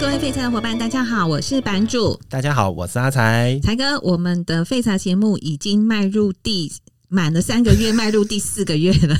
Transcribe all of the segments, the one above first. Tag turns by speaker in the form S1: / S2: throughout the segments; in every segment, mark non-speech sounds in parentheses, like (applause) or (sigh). S1: 各位废材的伙伴，大家好，我是版主
S2: 大家好，我是阿才。
S1: 才哥。我们的废材节目已经迈入第满了三个月，迈入第四个月了，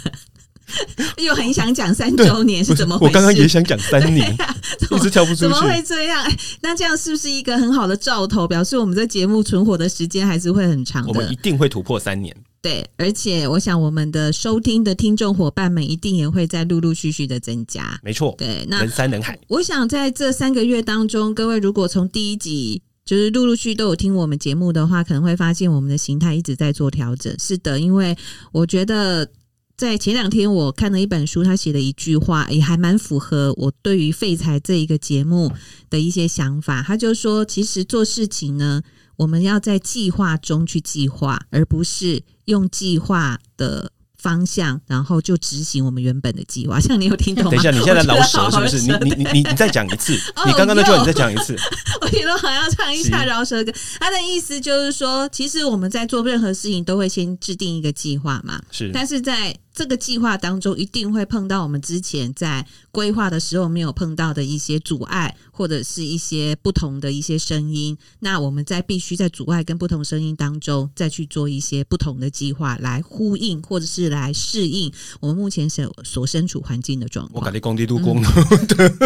S1: (laughs) 又很想讲三周年是怎么回事？
S2: 我刚刚也想讲三年，
S1: (laughs) 对啊怎
S2: 一
S1: 么
S2: 直跳不出
S1: 怎么会
S2: 去。
S1: 这样？哎那这样是不是一个很好的兆头？表示我们这节目存活的时间还是会很长
S2: 我们一
S1: 的。
S2: 定会突破三年。
S1: 对，而且我想我们的收听的听众伙伴们一定也会在陆陆续续的增加。
S2: 没错，
S1: 对，那
S2: 人山
S1: (laughs)
S2: 人海。
S1: 我想在这三个月当中，各位如果从第一集就是陆陆续续都有听我们节目的话，可能会发现我们的形态一直在做调整。是的，因为我觉得在前两天我看了一本书，他写的一句话也还蛮符合我对于废材这一个节目的一些想法。他就说，其实做事情呢，我们要在计划中去计划，而不是用计划的。方向，然后就执行我们原本的计划。像你有听懂吗？
S2: 等一下，你现在饶舌
S1: 我
S2: 是
S1: 觉得好
S2: 不是？
S1: 好笑
S2: 你你你你你再讲一次
S1: (laughs) 哦，
S2: 你刚刚那句话
S1: 有
S2: 你再讲一次。
S1: 我觉得好像唱一下
S2: 是
S1: 饶舌歌。他的意思就是说，其实我们在做任何事情都会先制定一个计划嘛，
S2: 是
S1: (laughs) 但是在这个计划当中，一定会碰到我们之前在规划的时候没有碰到的一些阻碍，或者是一些不同的一些声音。那我们在必须在阻碍跟不同声音当中，再去做一些不同的计划，来呼应或者是来适应我们目前所所身处环境的状
S2: 我
S1: 况
S2: 搞。你工地路工，
S1: 嗯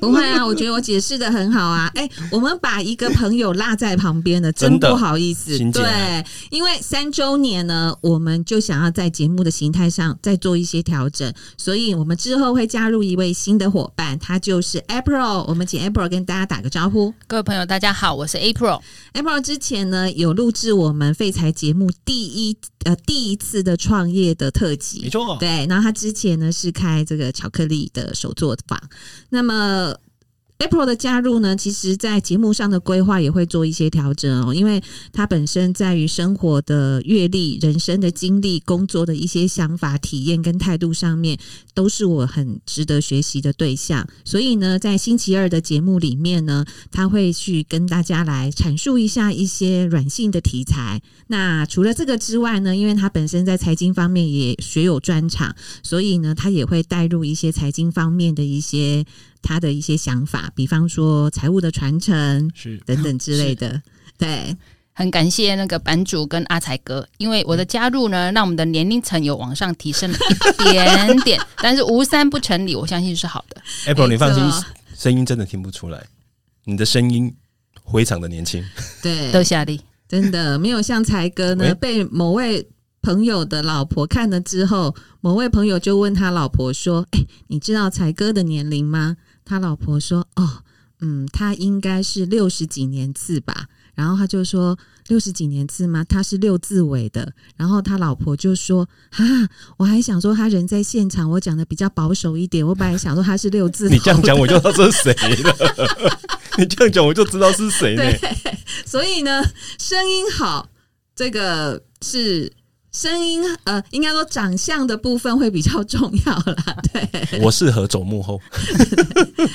S1: 不会啊，我觉得我解释的很好啊。哎、我们把一个朋友落在旁边了，真
S2: 真的
S1: 不好意思。
S2: 心结
S1: 对，因为三周年呢，我们就想要在节目的形态上再做一些调整，所以我们之后会加入一位新的伙伴，他就是 April。我们请 April 跟大家打个招呼。
S3: 各位朋友，大家好，我是 April。
S1: April 之前呢，有录制我们废材节目第一呃第一次的创业的特辑，
S2: 没错。
S1: 对，然后他之前呢是开这个巧克力的手作坊，那么。April 的加入呢，其实在节目上的规划也会做一些调整哦，因为他本身在于生活的阅历、人生的经历、工作的一些想法、体验跟态度上面，都是我很值得学习的对象。所以呢，在星期二的节目里面呢，他会去跟大家来阐述一下一些软性的题材。那除了这个之外呢，因为他本身在财经方面也学有专长，所以呢，他也会带入一些财经方面的一些他的一些想法，比方说财务的传承
S2: 是
S1: 等等之类的。对，
S3: 很感谢那个版主跟阿才哥，因为我的加入呢，让我们的年龄层有往上提升了一点 (laughs) 点，但是无三不成礼，我相信是好的。
S2: April，你放心
S1: 没错，
S2: 声音真的听不出来，你的声音非常的
S1: (laughs)
S2: 年轻。
S3: 多
S1: 对，
S3: 谢你，
S1: 真的没有像才哥呢，
S2: 喂
S1: 被某位朋友的老婆看了之后，某位朋友就问他老婆说：“哎、你知道才哥的年龄吗？”他老婆说：“哦，嗯，他应该是六十几年次吧。”然后他就说：“六十几年次吗？他是六字尾的。”然后他老婆就说：“哈，我还想说他人在现场，我讲的比较保守一点。我本来想说他是六字头，
S2: 你这样讲，我就知道这是谁了。 (laughs) 你这样讲，我就知道是谁呢。
S1: (laughs) 所以呢，声音好，这个是声音呃，应该说长相的部分会比较重要啦。对，
S2: 我适合走幕后，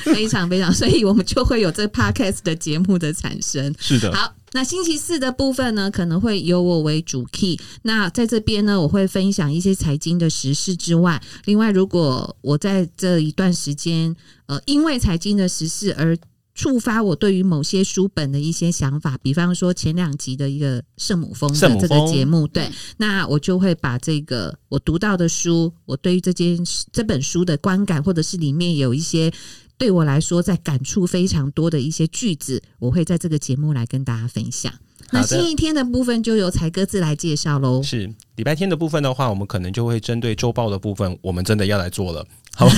S1: 非常非常，所以我们就会有这 podcast 的节目的产生。
S2: 是的，
S1: 好，那星期四的部分呢，可能会由我为主 key。那在这边呢，我会分享一些财经的时事之外，另外如果我在这一段时间，呃，因为财经的时事而触发我对于某些书本的一些想法，比方说前两集的一个圣母峰
S2: 圣
S1: 的
S2: 母
S1: 这个
S2: 峰
S1: 节目，对
S3: 嗯，
S1: 那我就会把这个我读到的书，我对于这件事这本书的观感，或者是里面有一些对我来说在感触非常多的一些句子，我会在这个节目来跟大家分享。那
S2: 好的
S1: 星期天的部分就由才哥自来介绍喽。
S2: 是礼拜天的部分的话，我们可能就会针对周报的部分，我们真的要来做了，好吧？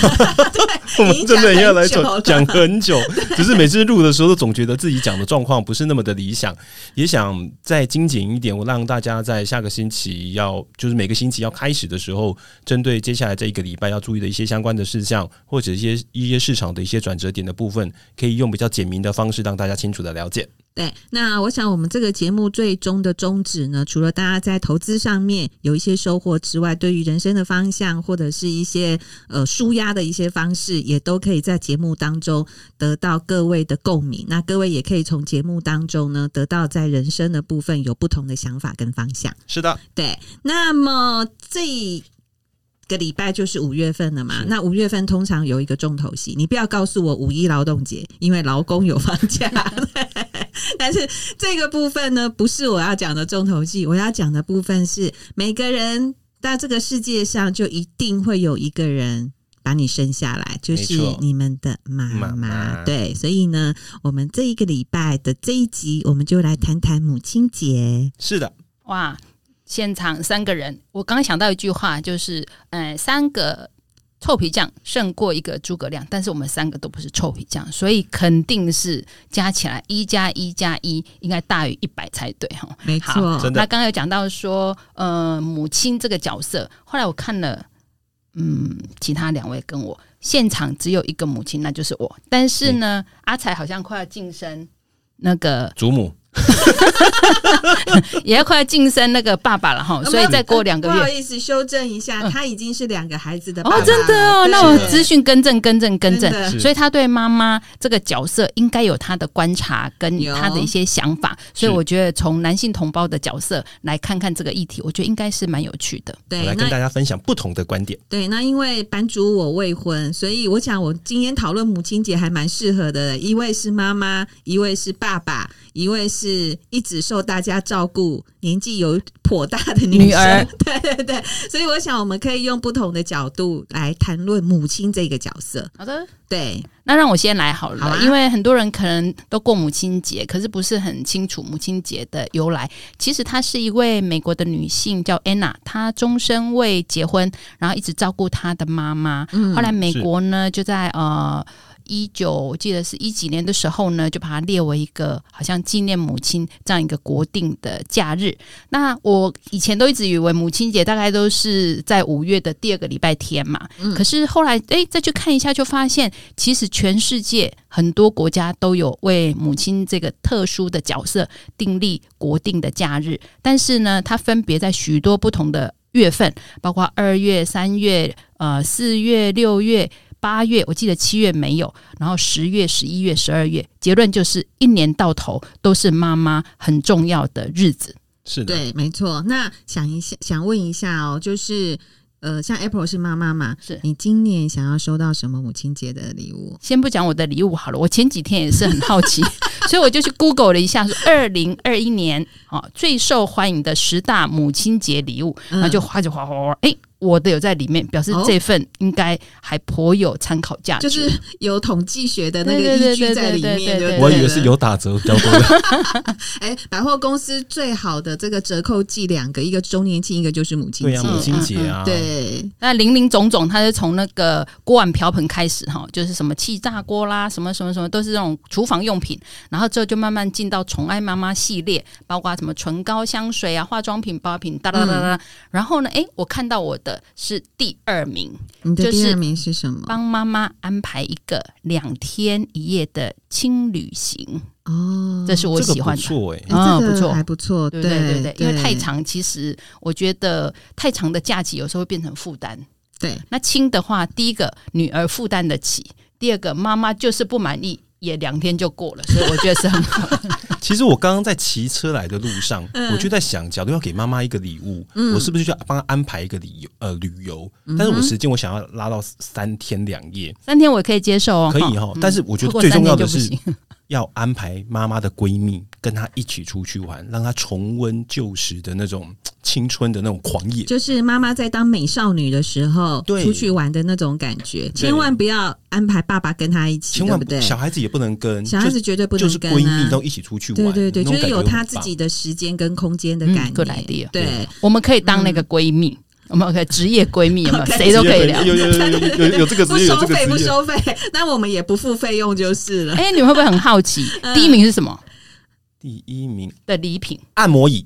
S2: (laughs) 我们真的要来做，讲很久，只是每次录的时候都总觉得自己讲的状况不是那么的理想，也想再精简一点，我让大家在下个星期要，就是每个星期要开始的时候，针对接下来这一个礼拜要注意的一些相关的事项，或者一些一些市场的一些转折点的部分，可以用比较简明的方式让大家清楚的了解。
S1: 对，那我想我们这个节目最终的宗旨呢，除了大家在投资上面有一些收获之外，对于人生的方向或者是一些呃舒压的一些方式，也都可以在节目当中得到各位的共鸣。那各位也可以从节目当中呢，得到在人生的部分有不同的想法跟方向。
S2: 是的，
S1: 对，那么这个礼拜就是五月份了嘛。那五月份通常有一个重头戏，你不要告诉我五一劳动节，因为劳工有放假。
S2: (laughs)
S1: 对但是这个部分呢，不是我要讲的重头戏，我要讲的部分是每个人到这个世界上，就一定会有一个人。把你生下来就是
S2: 没错
S1: 你们的妈
S2: 妈妈
S1: 对，所以呢，我们这一个礼拜的这一集，我们就来谈谈母亲节。
S2: 是的，
S3: 哇，现场三个人，我刚想到一句话，就是，呃，三个臭皮匠胜过一个诸葛亮，但是我们三个都不是臭皮匠，所以肯定是加起来一加一加一应该大于一百才对哈。
S1: 没错，
S2: 真的
S3: 那刚刚有讲到说，呃，母亲这个角色，后来我看了，嗯，其他两位跟我现场只有一个母亲，那就是我。但是呢，阿才好像快要晋升那个，
S2: 祖母
S3: 也要快要晋升那个爸爸了哦哈，所以再过两个
S1: 呃不好
S3: 月。嗯
S1: 意思，修正一下，他已经是两个孩子的爸爸
S3: 哦，真的
S1: 了
S3: 哦，那我
S1: 对
S3: 资讯更正、更正、更
S1: 真
S3: 正，
S1: 的
S2: 是
S3: 所以他对妈妈这个角色应该有他的观察跟
S1: 有
S3: 他的一些想法，所以
S2: 是
S3: 我觉得从男性同胞的角色来看看这个议题，我觉得应该是蛮有趣的。
S2: 我来
S1: 对，
S2: 跟
S1: 那
S2: 大家分享不同的观点。
S1: 对，那因为版主我未婚，所以我想我今天讨论母亲节还蛮适合的，一位是妈妈，一位是爸爸，一位是一直受大家照顾、年纪有颇大的女
S3: 女
S1: 生
S3: 儿
S1: (laughs) 对对对，所以我想我们可以用不同的角度来谈论母亲这个角色。
S3: 好的，
S1: 对，
S3: 那让我先来好了，
S1: 好啊
S3: 因为很多人可能都过母亲节，可是不是很清楚母亲节的由来。其实她是一位美国的女性，叫 Anna，她终身未结婚，然后一直照顾她的妈妈。
S1: 嗯
S3: 后来美
S2: 是
S3: 国呢，就在呃。一九，我记得是一几年的时候呢，就把它列为一个好像纪念母亲这样一个国定的假日。那我以前都一直以为母亲节大概都是在五月的第二个礼拜天嘛，
S1: 嗯
S3: 可是后来诶再去看一下，就发现其实全世界很多国家都有为母亲这个特殊的角色订立国定的假日，但是呢，它分别在许多不同的月份，包括二月、三月、呃四月、六月。八月，我记得七月没有，然后十月、十一月、十二月，结论就是一年到头都是妈妈很重要的日子。
S2: 是的，
S1: 对，没错。那想一下，想问一下哦，就是呃，像 April 是妈妈嘛，
S3: 是
S1: 你今年想要收到什么母亲节的礼物？
S3: 先不讲我的礼物好了，我前几天也是很好
S1: (laughs)
S3: 奇，所以我就去 Google 了一下，说二零二一年哦最受欢迎的十大母亲节礼物，
S1: 嗯
S3: 然后就划就划划划，哎、我的有在里面，表示
S1: 哦
S3: 这份应该还颇有参考价值。
S1: 就是有统计学的那个
S3: 对对
S1: 依据在里
S3: 对对
S1: 面，
S3: 对
S1: 就
S3: 对
S1: 对
S2: 我以为是
S1: 了
S2: 有打折比较多
S1: (laughs)
S2: 的，
S1: 哎，百货公司最好的这个折扣季两个，一个周年庆，一个就是母亲
S2: 对
S1: 节
S2: 呀，。母亲节啊，，
S1: 嗯对，
S3: 那零零总总，它是从那个锅碗瓢盆开始哈，就是什么气炸锅啦，什么什么什么，都是这种厨房用品。然后之后就慢慢进到宠爱妈妈系列，包括什么唇膏、香水啊、化妆品、保养品，哒哒哒哒。哒。然后呢，诶，我看到我的是第二名，
S1: 你的
S3: 就是
S1: 第二名是什么？
S3: 帮妈妈安排一个两天一夜的轻旅行，
S1: 哦，
S3: 这是我
S2: 这个
S3: 喜
S2: 不
S3: 欢的。
S2: 错哎，
S1: 哎
S3: 啊
S1: 这
S3: 不
S1: 个
S3: 错
S1: 还不错，
S3: 对
S1: 对
S3: 对对，因为太，长，其实我觉得太长的假期有时候会变成负担。
S1: 对
S3: 那轻的话，第一个女儿负担得起，第二个妈妈就是不满意，也两天就过了，所以我觉得是很好。
S2: 其实我刚刚在骑车来的路上，
S1: 嗯
S2: 我就在想，假如要给妈妈一个礼物，
S1: 嗯
S2: 我是不是就要帮她安排一个旅游呃旅游？但是我时间我想要拉到三天两夜，
S3: (laughs) 三天我也可以接受哦，
S2: 可以啊
S3: 哈
S2: 哈。
S1: 嗯
S2: 但是我觉得
S3: 超过
S2: 最
S3: 三
S2: 重
S3: 天
S2: 要
S3: 就
S2: 的
S3: 不
S2: 是
S3: 行。
S1: (laughs)
S2: 要安排妈妈的闺蜜跟她一起出去玩，让她重温旧时的那种青春的那种狂野。
S1: 就是妈妈在当美少女的时候
S2: 对
S1: 出去玩的那种感觉，千万不要安排爸爸跟她一起，
S2: 千
S1: 对
S2: 万
S1: 不对？
S2: 小孩子也不能跟，
S1: 小孩子绝对不
S2: 就
S1: 能
S2: 是
S1: 跟
S2: 闺
S1: 啊
S2: 蜜都一起出去玩，
S1: 对对对，
S2: 那
S1: 就
S2: 种
S1: 是
S2: 感觉
S1: 有
S2: 很
S1: 她
S2: 棒
S1: 自己的时间跟空间的
S3: 嗯
S1: 感觉，
S3: good idea
S1: 对，
S3: 我们可以当那个闺蜜，我们可以职业闺蜜，有没有？谁都可以聊。
S2: 有有
S1: (laughs)
S2: 有有有有有这个
S1: 不
S2: 职业，有
S1: 收
S2: 这个
S1: 费不
S2: 职业。
S1: 收费，那我们也不付费用就是了。
S3: 哎、你们会不会很好奇
S1: 嗯？
S3: 第一名是什么
S2: 第一名，
S3: 的礼品？
S2: 按摩椅，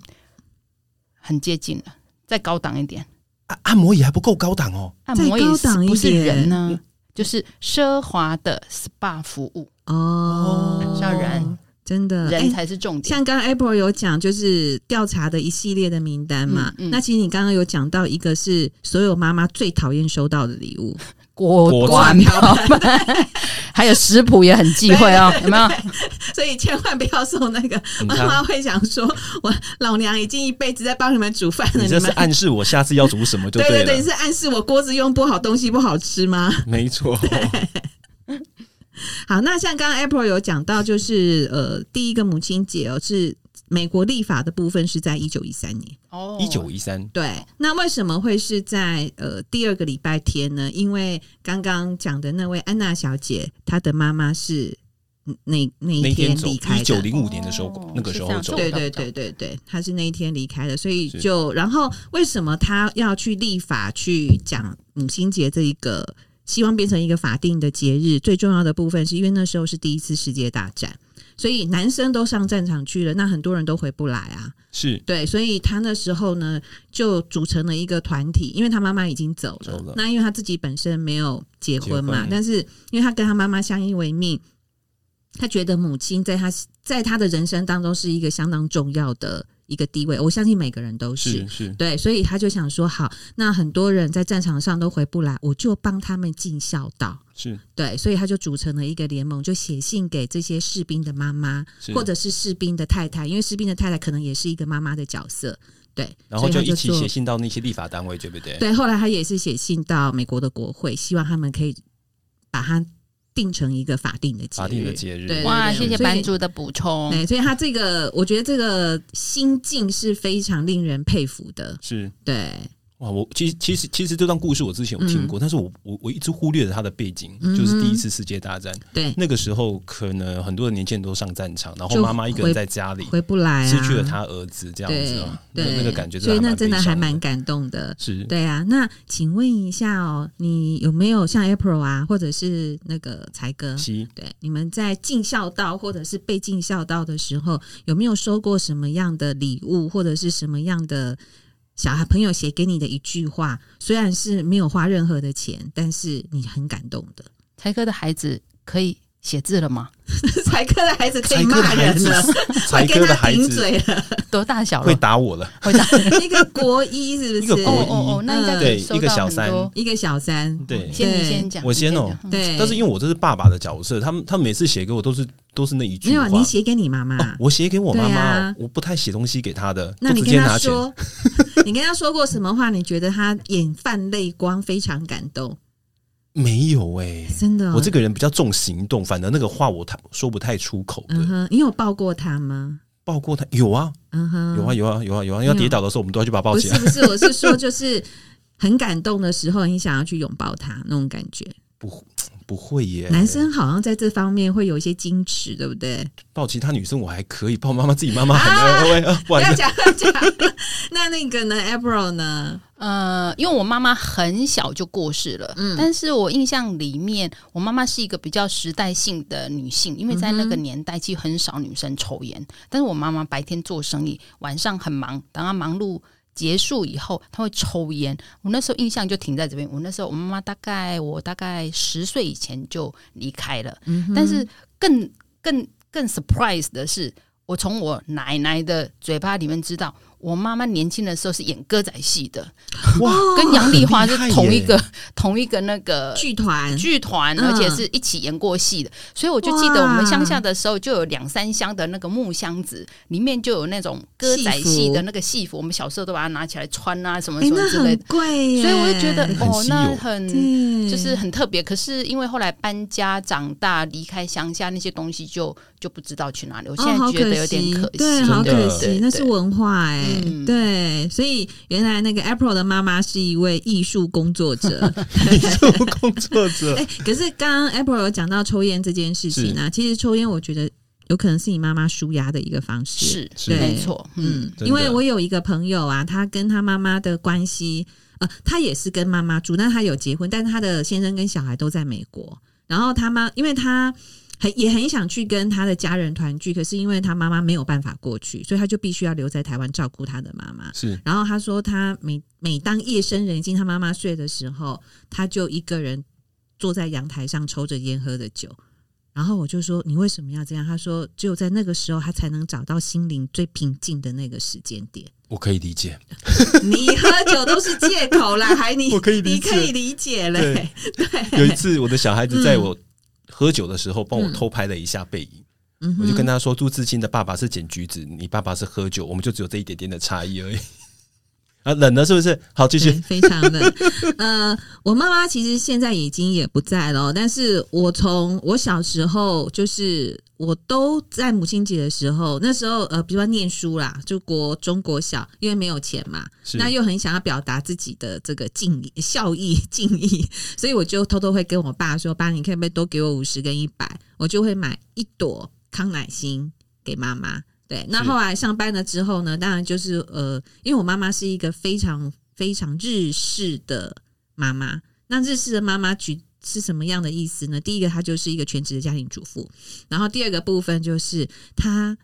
S3: 很接近了，再高档一点。
S2: 啊按摩椅还不够高档哦。
S3: 按摩椅
S1: 再高
S3: 是
S1: 档一点
S3: 不是人呢？就是奢华的 SPA 服务，
S1: 哦，
S3: 像人
S1: 真的哎
S3: 人才是重点。
S1: 像刚刚 April 有讲，就是调查的一系列的名单嘛。
S3: 嗯嗯
S1: 那其实你刚刚有讲到一个是所有妈妈最讨厌收到的礼物，
S3: 锅
S2: 锅
S3: 碗瓢盆，哦 (laughs) 还有食谱也很忌讳 (laughs) 哦，有没有？
S1: 所以千万不要送那个。
S2: 你
S1: 妈
S2: 看
S1: 妈会想说：“我老娘已经一辈子在帮你们煮饭了，
S2: 你
S1: 你
S2: 这
S1: 们
S2: 是暗示我下次要煮什么就
S1: 对
S2: 了，
S1: 对，你是暗示我锅子用不好，东西不好吃吗？”
S2: 没错。
S1: 好，那像刚刚 April 有讲到，就是呃，第一个母亲节哦，是美国立法的部分是在一九一三年。
S3: 哦
S2: 一九一三，
S1: 对，那为什么会是在呃第二个礼拜天呢？因为刚刚讲的那位安娜小姐，她的妈妈是嗯那那
S2: 那
S1: 一
S2: 天
S1: 天
S2: 走
S1: 离开
S2: 一
S1: 的
S2: 九。零五年的时候，
S3: 哦
S2: 那个时
S3: 是这
S2: 候
S3: 样
S2: 走
S3: 懂
S1: 对
S3: 懂
S1: 对
S3: 懂
S1: 对对对，她是那一天离开的，所以
S2: 是
S1: 就然后为什么她要去立法去讲母亲节这一个希望变成一个法定的节日？最重要的部分是因为那时候是第一次世界大战，所以男生都上战场去了，那很多人都回不来啊。
S2: 是
S1: 对，所以他那时候呢，就组成了一个团体，因为他妈妈已经走了。
S2: 走了
S1: 那因为他自己本身没有结婚嘛，
S2: 结婚
S1: 但是因为他跟他妈妈相依为命，他觉得母亲在他在他的人生当中是一个相当重要的一个地位。我相信每个人都是。
S2: 是是，
S1: 对，所以他就想说，好，那很多人在战场上都回不来，我就帮他们尽孝道。
S2: 是
S1: 对，所以他就组成了一个联盟，就写信给这些士兵的妈妈，
S2: 是，
S1: 或者是士兵的太太，因为士兵的太太可能也是一个妈妈的角色，对，
S2: 然后
S1: 所
S2: 就
S1: 以他
S2: 一起
S1: 做
S2: 写。信到那些立法单位，对不对？
S1: 对，后来他也是写信到美国的国会，希望他们可以把它定成一个法定的节日。
S2: 法定的节日，
S1: 对对
S3: 哇，
S1: 对
S3: 谢
S1: 所
S3: 谢
S1: 以
S3: 版主的补充。
S1: 对，所以他这个，我觉得这个心境是非常令人佩服的。
S2: 是
S1: 对，
S2: 哇，我其实其实其实这段故事我之前有听过，但是我我我一直忽略了它的背景，
S1: 嗯哼
S2: 就是第一次世界大战
S1: 对，
S2: 那个时候，可能很多的年轻人都上战场，然后
S1: 就
S2: 妈妈一个人在家里
S1: 回不来、啊，
S2: 失去了他儿子，这样子
S1: 对
S2: 啊，那
S1: 对，
S2: 那个感觉
S1: 所以
S2: 真的
S1: 那
S2: 还
S1: 真的
S2: 悲
S1: 还
S2: 伤
S1: 蛮感动的。
S2: 是
S1: 对啊，那请问一下哦，你有没有像 April 啊，或者是那个才哥，
S2: 西
S1: 对，你们在尽孝道或者是被尽孝道的时候，有没有收过什么样的礼物，或者是什么样的小孩朋友写给你的一句话？虽然是没有花任何的钱，但是你很感动的。 (laughs)
S3: 才哥的孩子可以写字了吗？
S1: 才哥的孩子可以
S2: 才哥的
S1: 骂
S2: 孩
S1: 人
S2: 子 (laughs)
S1: 了，
S2: 才
S1: 我跟
S2: 哥的
S1: 他
S2: 孩
S1: 顶
S2: 子
S1: 嘴了，
S3: (laughs) 多大小
S2: 会
S3: 了？
S2: 打我了，
S3: 会打。
S1: 一个国一是不
S2: (laughs) 一个
S1: 是？
S2: 国
S3: 哦
S2: 一
S3: 哦哦，那应该可以收
S2: 对一个
S3: 到
S2: 小
S3: 很
S2: 三
S3: 多。
S1: 一个小三，
S2: 对。
S3: 先你
S1: 对
S3: 先讲，
S2: 我先
S3: 你
S2: 哦
S3: 讲。嗯
S1: 对，
S2: 但是因为我这是爸爸的角色，他们他们每次写给我都是都是那一
S1: 没
S2: 句
S1: 有啊
S2: 话。
S1: 你写给你妈妈。
S2: 哦，我写给我妈
S1: 对
S2: 妈、
S1: 啊
S2: 我不太写东西给她的，
S1: 那
S2: 就
S1: 你
S2: 直
S1: 跟
S2: 接
S1: 她
S2: 拿钱。 (laughs)
S1: 说，你跟她说过什么话？你觉得她眼泛泪光，非常感动，
S2: 没有哎、
S1: 真的哦、
S2: 我这个人比较重行动，反正那个话我太说不太出口的。
S1: 嗯哼，你有抱过他吗？
S2: 抱过他有啊，
S1: 嗯哼，
S2: 有啊，有啊，有啊，有啊，要跌倒的时候我们都要去把他抱
S1: 不
S2: 起
S1: 是
S2: 来。
S1: 不是，我是说就是很感动的时候，你想要去拥抱他那种感觉。
S2: 不会耶，
S1: 男生好像在这方面会有一些矜持，对不对？
S2: 抱其他女生我还可以，抱妈妈自己妈妈很喂喂喂，
S1: 啊不
S2: 不
S1: 要
S2: 然
S1: 讲不要讲。 (laughs) 那那个呢，April 呢？
S3: 呃，因为我妈妈很小就过世了，
S1: 嗯
S3: 但是我印象里面，我妈妈是一个比较时代性的女性，因为在那个
S1: 嗯
S3: 年代其实很少女生抽烟，但是我妈妈白天做生意，晚上很忙，等她忙碌。结束以后，她会抽烟。我那时候印象就停在这边。我那时候，我妈妈大概我大概十岁以前就离开了。
S1: 嗯哼
S3: 但是更更更 surprise 的是，我从我奶奶的嘴巴里面知道，我妈妈年轻的时候是演歌仔戏的，
S2: 哇，
S3: 跟杨丽花是
S2: 很厉害
S3: 同一
S2: 耶
S3: 个同一个那个
S1: 剧团
S3: 呃剧团，
S1: 嗯
S3: 而且是一起演过戏的。所以我就记得
S1: 哇
S3: 我们乡下的时候，就有两三箱的那个木箱子，里面就有那种歌仔戏的那个戏服，我们小时候都把它拿起来穿啊，什么
S1: 哎、
S3: 什么
S1: 那
S3: 之类
S1: 很
S3: 的。
S1: 贵耶，
S3: 所以我就觉得，
S2: 很
S3: 哦，
S2: 稀
S3: 那
S2: 有
S3: 很
S1: 对，
S3: 就是很特别。可是因为后来搬家、长大、离开乡下，那些东西就就不知道去哪里。我现在
S1: 哦好
S3: 觉得
S1: 可
S3: 有点
S1: 惜，
S3: 可惜，
S1: 对，好
S2: 真的
S1: 可惜
S3: 对，
S1: 那是
S3: 对
S1: 文化哎、
S3: 嗯
S1: 对，所以原来那个 April 的妈妈是一位艺术工作者，
S2: 你做工作者
S1: (laughs)
S2: (laughs)
S1: 哎、可是刚刚 April 有讲到抽烟这件事情啊，其实抽烟我觉得有可能是你妈妈舒压的一个方式，
S3: 是
S2: 是
S1: 对
S3: 没错，嗯
S1: 嗯，
S2: 真的
S1: 因为我有一个朋友啊，他跟他妈妈的关系，呃，他也是跟妈妈住，但他有结婚，但是他的先生跟小孩都在美国。然后他妈，因为他很也很想去跟他的家人团聚，可是因为他妈妈没有办法过去，所以他就必须要留在台湾照顾他的妈妈。
S2: 是
S1: 然后他说，他每每当夜深人静，他妈妈睡的时候，他就一个人坐在阳台上抽着烟，喝着酒。然后我就说你为什么要这样？他说只有在那个时候，他才能找到心灵最平静的那个时间点。
S2: 我可以
S1: (laughs)
S2: 理解，
S1: 你喝酒都是借口啦，还你
S2: (laughs) 我可以理
S1: 你
S2: 解
S1: 可以理解嘞。对，
S2: 有一次我的小孩子
S1: 嗯
S2: 在我喝酒的时候帮我偷拍了一下背影，
S1: 嗯哼，
S2: 我就跟他说：“朱自清的爸爸是捡橘子，你爸爸是喝酒，我们就只有这一点点的差异而已。” (laughs) 啊，冷了是不是？好，继
S1: 对，
S2: 续。
S1: 非常的。 (laughs) 呃，我妈妈其实现在已经也不在了哦，但是我从我小时候就是。我都在母亲节的时候，那时候呃，比如说念书啦，就国中国小，因为没有钱嘛，
S2: 是
S1: 那又很想要表达自己的这个敬意、孝意、敬意， (laughs) 所以我就偷偷会跟我爸说：“爸，你可不可以多给我五十跟一百？”我就会买一朵康乃馨给妈妈。对，那
S2: 是
S1: 后来上班了之后呢，当然就是呃，因为我妈妈是一个非常非常日式的妈妈。那日式的妈妈举是什么样的意思呢？第一个，她就是一个全职的家庭主妇，然后第二个部分就是她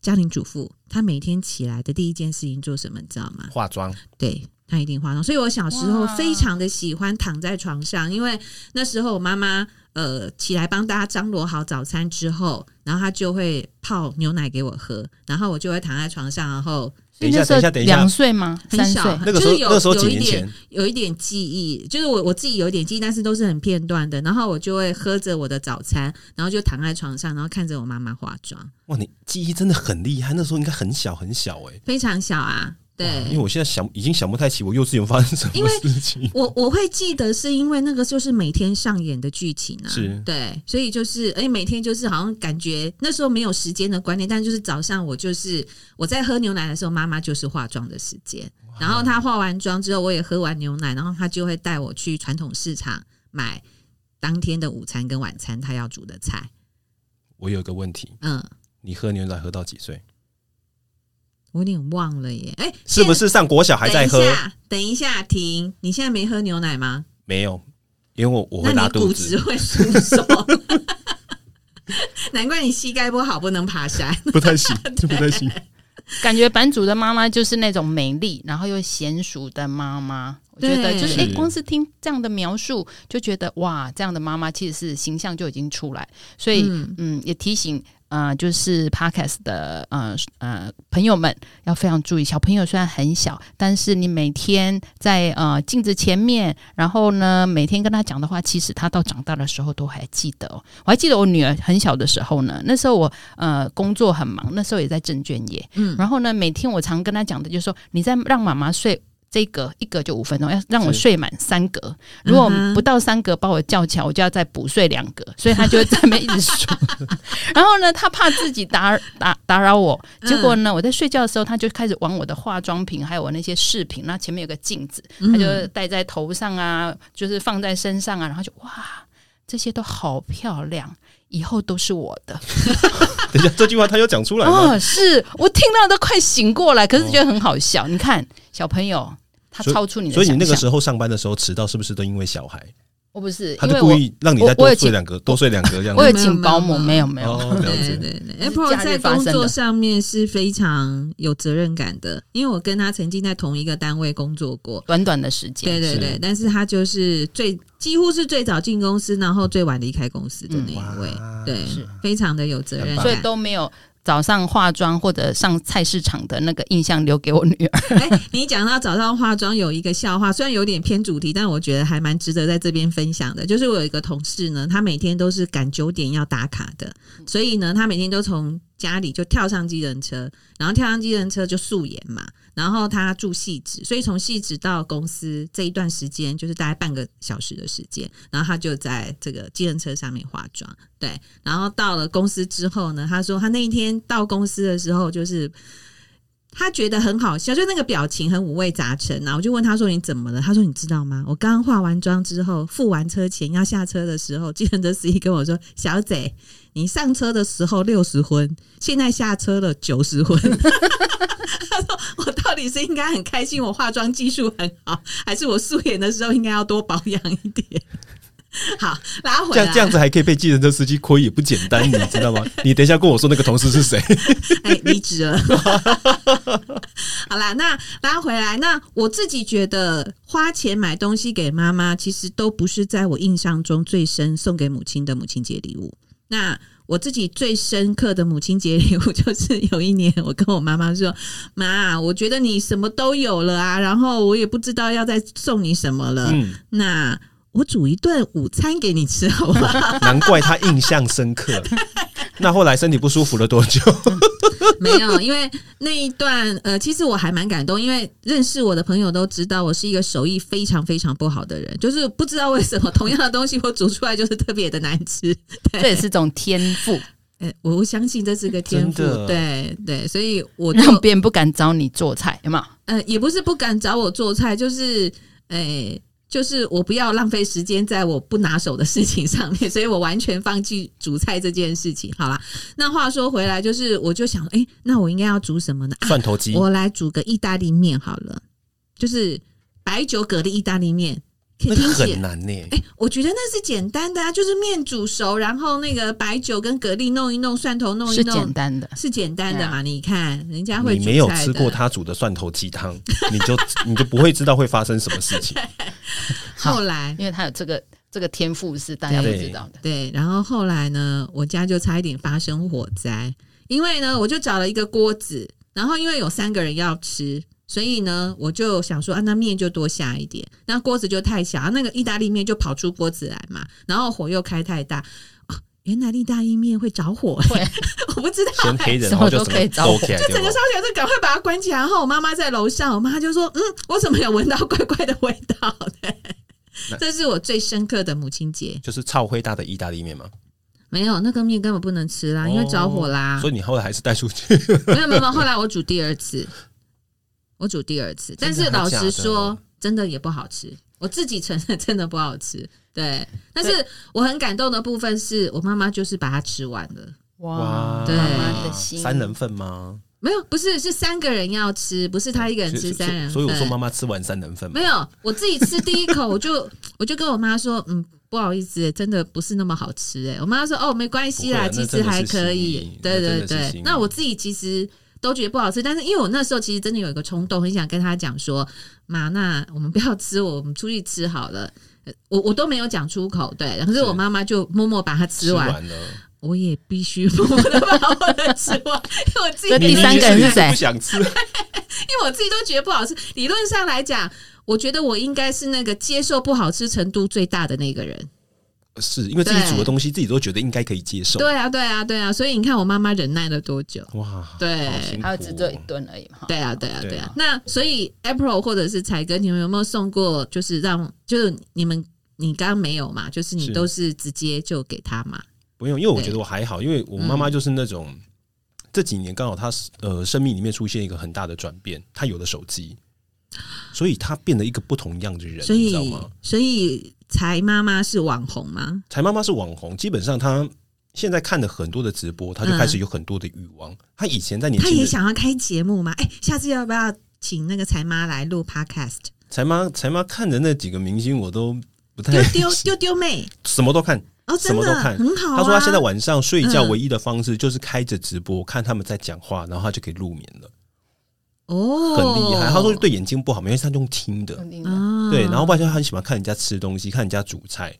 S1: 家庭主妇，她每天起来的第一件事情做什么，你知道吗？
S2: 化妆
S1: 对他一定化妆。所以我小时候
S3: 哇
S1: 非常的喜欢躺在床上，因为那时候我妈妈呃起来帮大家张罗好早餐之后，然后她就会泡牛奶给我喝，然后我就会躺在床上，然后
S2: 等一下
S3: 那时
S2: 等
S3: 候
S2: 一下等一下
S3: 两岁吗？
S1: 很
S3: 三
S1: 小
S3: 岁，
S2: 那个时候，
S1: 就是有
S2: 那个时候几
S1: 有一
S2: 年
S1: 点
S2: 前，
S1: 有一点记忆，就是我我自己有一点记忆，但是都是很片段的。然后我就会喝着我的早餐，然后就躺在床上，然后看着我妈妈化妆，
S2: 哇，你记忆真的很厉害。那时候应该很小很小哎、
S1: 非常小啊，对
S2: 哇。因为我现在想已经想不太起我幼稚园发生什
S1: 因
S2: 么
S1: 为
S2: 事情。
S1: 我我会记得，是因为那个就是每天上演的剧情啊，
S2: 是
S1: 对，所以就是，而且每天就是好像感觉那时候没有时间的观念，但就是早上我就是我在喝牛奶的时候，妈妈就是化妆的时间，然后她化完妆之后，我也喝完牛奶，然后她就会带我去传统市场买当天的午餐跟晚餐她要煮的菜，
S2: 我有一个问题，
S1: 嗯，
S2: 你喝牛奶喝到几岁？
S1: 我有点忘了耶，哎、
S2: 是不是上国小还在喝
S1: 等一？下，等一下，停，你现在没喝牛奶吗？
S2: 没有，因为我我会
S1: 那
S2: 拉
S1: 你
S2: 肚
S1: 骨
S2: 子
S1: 质，会收缩。 (laughs) 难怪你膝盖不好，不能爬山。
S2: (laughs) 不太行，这不太行。
S3: 感觉版主的妈妈就是那种美丽，然后又娴熟的妈妈。我觉得
S1: 对
S3: 就是，哎、
S2: 是
S3: 光是听这样的描述，就觉得哇，这样的妈妈其实是形象就已经出来。所以，嗯
S1: 嗯
S3: 也提醒呃，就是 podcast 的呃呃朋友们要非常注意，小朋友虽然很小，但是你每天在呃镜子前面，然后呢，每天跟他讲的话，其实他到长大的时候都还记得、哦。我还记得我女儿很小的时候呢，那时候我呃工作很忙，那时候也在证券业，
S1: 嗯
S3: 然后呢，每天我常跟他讲的就是说，你再让妈妈睡这个一格就五分钟，要让我
S2: 是
S3: 睡满三格。如果
S1: 嗯哼
S3: 不到三格把我叫起来，我就要再补睡两格。所以他就会在那边一直说。然后呢，他怕自己打打打扰我，结果呢，我在睡觉的时候，他就开始玩我的化妆品，还有我那些饰品。那前面有个镜子， (laughs) 他
S1: 嗯
S2: 嗯
S3: 就戴在头上啊，就是放在身上啊，然后就哇，这些都好漂亮。以后都是我的
S2: 等一下，这句话他要讲出来吗？
S3: 哦，是我听到都快醒过来，可是觉得很好笑。你看，小朋友他超出你的
S2: 所以你那个
S3: 想象
S2: 时候上班的时候迟到，是不是都因为小孩？
S3: 我不是，
S2: 他
S3: 因
S2: 就
S3: 为
S2: 故
S3: 我
S2: 意让你
S3: 我
S2: 再
S3: 我
S2: 多
S3: 有
S2: 睡
S3: 请
S2: 两个，多睡两个这样
S3: 我
S2: 子。
S3: 有请保姆，没
S1: 没
S3: 有
S1: 有
S3: 没有，
S2: 哦， (laughs) 了
S1: 对
S2: 解。
S1: 对对
S3: 是
S1: ，Apple
S3: 假日
S1: 在
S3: 发
S1: 工
S3: 生
S1: 作
S3: 的
S1: 上面是非常有责任感的，因为我跟他曾经在同一个单位工作过。
S3: 短短的时间
S1: 对对
S2: 是
S1: 对，但是他就是最几乎是最早进公司，然后最晚离开公司的那一位，
S2: 哇
S1: 对
S3: 是，
S1: 非常的有责任
S2: 很棒
S1: 感，
S3: 所以都没有早上化妆或者上菜市场的那个印象留给我女儿。
S1: 哎、 (laughs) 你讲到早上化妆有一个笑话，虽然有点偏主题，但我觉得还蛮值得在这边分享的。就是我有一个同事呢，他每天都是赶九点要打卡的，所以呢，他每天都从家里就跳上机人车，然后跳上机人车就素颜嘛，然后他住戏子，所以从戏子到公司这一段时间就是大概半个小时的时间，然后他就在这个机人车上面化妆，对，然后到了公司之后呢，他说他那一天到公司的时候就是他觉得很好笑，就那个表情很五味杂陈啊。我就问他说：“你怎么了？”他说：“你知道吗？我刚刚化完妆之后，付完车钱要下车的时候，计程车司机跟我说：‘小姐，你上车的时候六十分，现在下车了九十分。’他说：‘我到底是应该很开心我化妆技术很好，还是我素颜的时候应该要多保养一点？’好，拉回
S2: 这
S1: 来。
S2: 样这样子还可以被计程车司机亏也不简单，你
S1: (laughs)
S2: 知道吗？你等一下跟我说那个同事是谁？ (laughs)
S1: 哎，离职了。 (laughs) 好啦，那拉回来，那我自己觉得花钱买东西给妈妈，其实都不是在我印象中最深送给母亲的母亲节礼物。那我自己最深刻的母亲节礼物，就是有一年我跟我妈妈说：“妈，我觉得你什么都有了啊，然后我也不知道要再送你什么了。
S2: 嗯，
S1: 那我煮一顿午餐给你吃，好不好？
S2: 难怪他印象深刻。那后来身体不舒服了多久？
S1: (laughs) 没有，因为那一段呃，其实我还蛮感动，因为认识我的朋友都知道我是一个手艺非常非常不好的人，就是不知道为什么同样的东西我煮出来就是特别的难吃。 (laughs)
S3: (laughs) 这也是种天赋，
S1: 哎，我相信这是个天赋
S2: 真的，
S1: 对对，所以我就
S3: 让别人不敢找你做菜，有没有？
S1: 呃，也不是不敢找我做菜，就是诶、就是我不要浪费时间在我不拿手的事情上面，所以我完全放弃煮菜这件事情。好啦，那话说回来，就是我就想，诶、那我应该要煮什么呢？啊，
S2: (laughs) 蒜头鸡，
S1: 我来煮个意大利面好了，就是白酒蛤蜊意大利面，可
S2: 那
S1: 以
S2: 个
S1: 听起来
S2: 很难呢、
S1: 哎、我觉得那是简单的啊，就是面煮熟，然后那个白酒跟蛤蜊弄一弄，蒜头弄一
S3: 是
S1: 弄，
S3: 简单的，
S1: 是简单的嘛？你看人家会
S2: 啊你
S1: 煮
S2: 没有
S1: 菜
S2: 吃
S1: 的
S2: 过他煮的蒜头鸡汤， (laughs) 你就你就不会知道会发生什么事情。
S1: 后来
S3: 因为他有这个这个天赋是大家不知道的。
S1: 对，然后后来呢，我家就差一点发生火灾，因为呢，我就找了一个锅子，然后因为有三个人要吃。所以呢，我就想说，啊，那面就多下一点，那锅子就太小，啊那个意大利面就跑出锅子来嘛，然后火又开太大，哦，原来意大利面会着火、
S3: 会
S1: (laughs) 我不知道、
S2: 先黑人，
S3: 什
S2: 然
S3: 么
S2: 后
S3: 都
S2: 就整
S3: 可以
S2: 个
S3: 找我
S2: 抖起来，
S1: 就整个烧起来，就赶快把它关起来。然后我妈妈在楼上，我妈就说：“嗯，我怎么有闻到怪怪的味道？”对
S2: 那，
S1: 这是我最深刻的母亲节。
S2: 就是超灰大的意大利面嘛，
S1: 没有那个面根本不能吃
S2: 哦
S1: 啦，因为着火啦。
S2: 所以你后来还是带出去。
S1: 没有没有，没有后来我煮第二
S2: (laughs)
S1: 次，我煮第二次，但
S2: 真
S1: 是
S2: 的还
S1: 老
S2: 假
S1: 实
S2: 的
S1: 说，真的也不好吃。我自己承认真的不好吃，对。但是我很感动的部分是我妈妈就是把它吃完了。
S2: 哇，
S1: 哦对
S3: 妈妈的心，
S2: 三人份吗？
S1: 没有，不是，是三个人要吃，不是他一个人
S2: 所
S1: 吃
S2: 以
S1: 三人份。
S2: 所以我说妈妈吃完三人份
S1: (laughs)
S2: 嘛
S1: 没，有，我自己吃第一口，我就 (laughs) 我就跟我妈说，嗯，不好意思，真的不是那么好吃。哎，我妈说，哦，没关系啦，
S2: 不会
S1: 其实
S2: 啊
S1: 还可以。
S2: 那
S1: 对
S2: 真
S1: 对
S2: 的是心意那真的是心
S1: 对
S2: 意，
S1: 那我自己其实都觉得不好吃，但是因为我那时候其实真的有一个冲动，很想跟她讲说，妈，那我们不要吃，我们出去吃好了。呃我我都没有讲出口，对，可是
S2: 是
S1: 我妈妈就默默把它吃
S2: 吃
S1: 完，
S2: 完了。
S1: 我也必须默默的把我的吃完，因为我自己
S3: 所以第三个人是谁
S2: 不想
S1: (laughs)
S2: 吃，
S1: 因为我自己都觉得不好吃。理论上来讲，我觉得我应该是那个接受不好吃程度最大的那个人。
S2: 是因为自己煮的东西自己都觉得应该可以接受。
S1: 对啊，对啊，对啊。所以你看，我妈妈忍耐了多久？
S2: 哇，
S1: 对
S2: 好辛苦哦
S3: 还有只做一顿而已嘛。
S1: 对啊，对啊，
S2: 对啊
S1: 对啊。那所以 April 或者是彩哥，你们有没有送过？就是让就是你们你刚刚没有嘛？就是你
S2: 是
S1: 都是直接就给他嘛？
S2: 不用，因为我觉得我还好，因为我妈妈
S1: 嗯
S2: 就是那种、这几年刚好她呃生命里面出现一个很大的转变，她有了手机，所以她变得一个不同样的人，
S1: 所
S2: 你知道
S1: 以
S2: 吗？
S1: 所以彩妈妈是网红吗？
S2: 柴妈妈是网红，基本上她现在看了很多的直播，她就开始有很多的欲望。她以前在年
S1: 嗯她
S2: 轻
S1: 也
S2: 的
S1: 想要开节目吗？哎、下次要不要请那个彩妈来录 Podcast？
S2: (laughs) 柴妈柴妈看的那几个明星，我都不太
S1: 丢丢丢丢妹。
S2: (laughs) 什么都看。
S1: 哦，
S2: 什
S1: 真
S2: 么
S1: 的
S2: 都看
S1: 很好、啊。
S2: 她说她现在晚上睡觉
S1: 嗯
S2: 唯一的方式就是开着直播，看他们在讲话，然后她就可以入眠了，
S1: 哦，
S2: 很厉害。她说对眼睛不好，没关系，她用听的。
S3: 肯定的
S1: 啊，
S2: 对，然后外加他很喜欢看人家吃东西，看人家煮菜，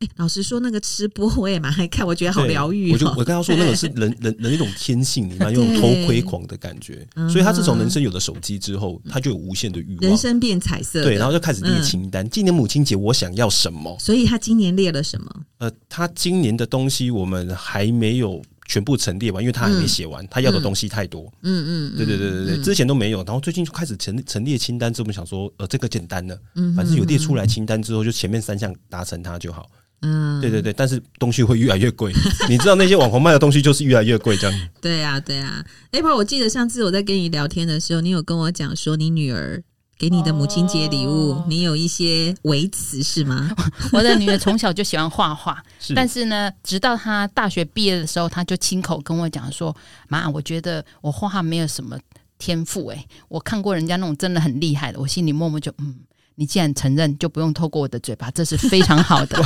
S1: 哎老实说，那个吃播我也蛮爱看，我觉得 (laughs) 好
S2: 对
S1: 疗愈、哦。
S2: 我就我跟他说，那
S1: (laughs)
S2: 个是人人人一种天性，你知道，有种偷窥狂的感觉。
S1: 嗯
S2: 所以他自从人生有了手机之后，他就有无限的欲
S1: 人
S2: 望。
S1: 生变彩色的，
S2: 对，然后就开始列
S1: 嗯
S2: 清单。今年母亲节我想要什么？
S1: 所以他今年列了什么？
S2: 呃，他今年的东西我们还没有全部陈列完，因为他还没写完，他要的东西太多。
S1: 嗯嗯，
S2: 对对对对对，之前都没有，然后最近就开始陈陈列清单之后，我们想说，呃，这个简单了，反正有列出来清单之后，就前面三项达成它就好。
S1: 嗯，
S2: 对对对，但是东西会越来越贵。 (laughs) 你知道那些网红卖的东西就是越来越贵，这样
S1: 对啊对啊。April，我记得上次我在跟你聊天的时候，你有跟我讲说你女儿。给你的母亲节礼物，
S3: 哦
S1: 你有一些维持是
S2: (laughs)
S1: 吗？
S3: 我的女儿从小就喜欢画画，
S2: 是
S3: 但是呢，直到她大学毕业的时候，她就亲口跟我讲说：“妈，我觉得我画画没有什么天赋，诶，我看过人家那种真的很厉害的，我心里默默就嗯。”你既然承认，就
S1: (laughs)
S3: 不 (laughs) 用透过我的嘴巴，这是非常好的。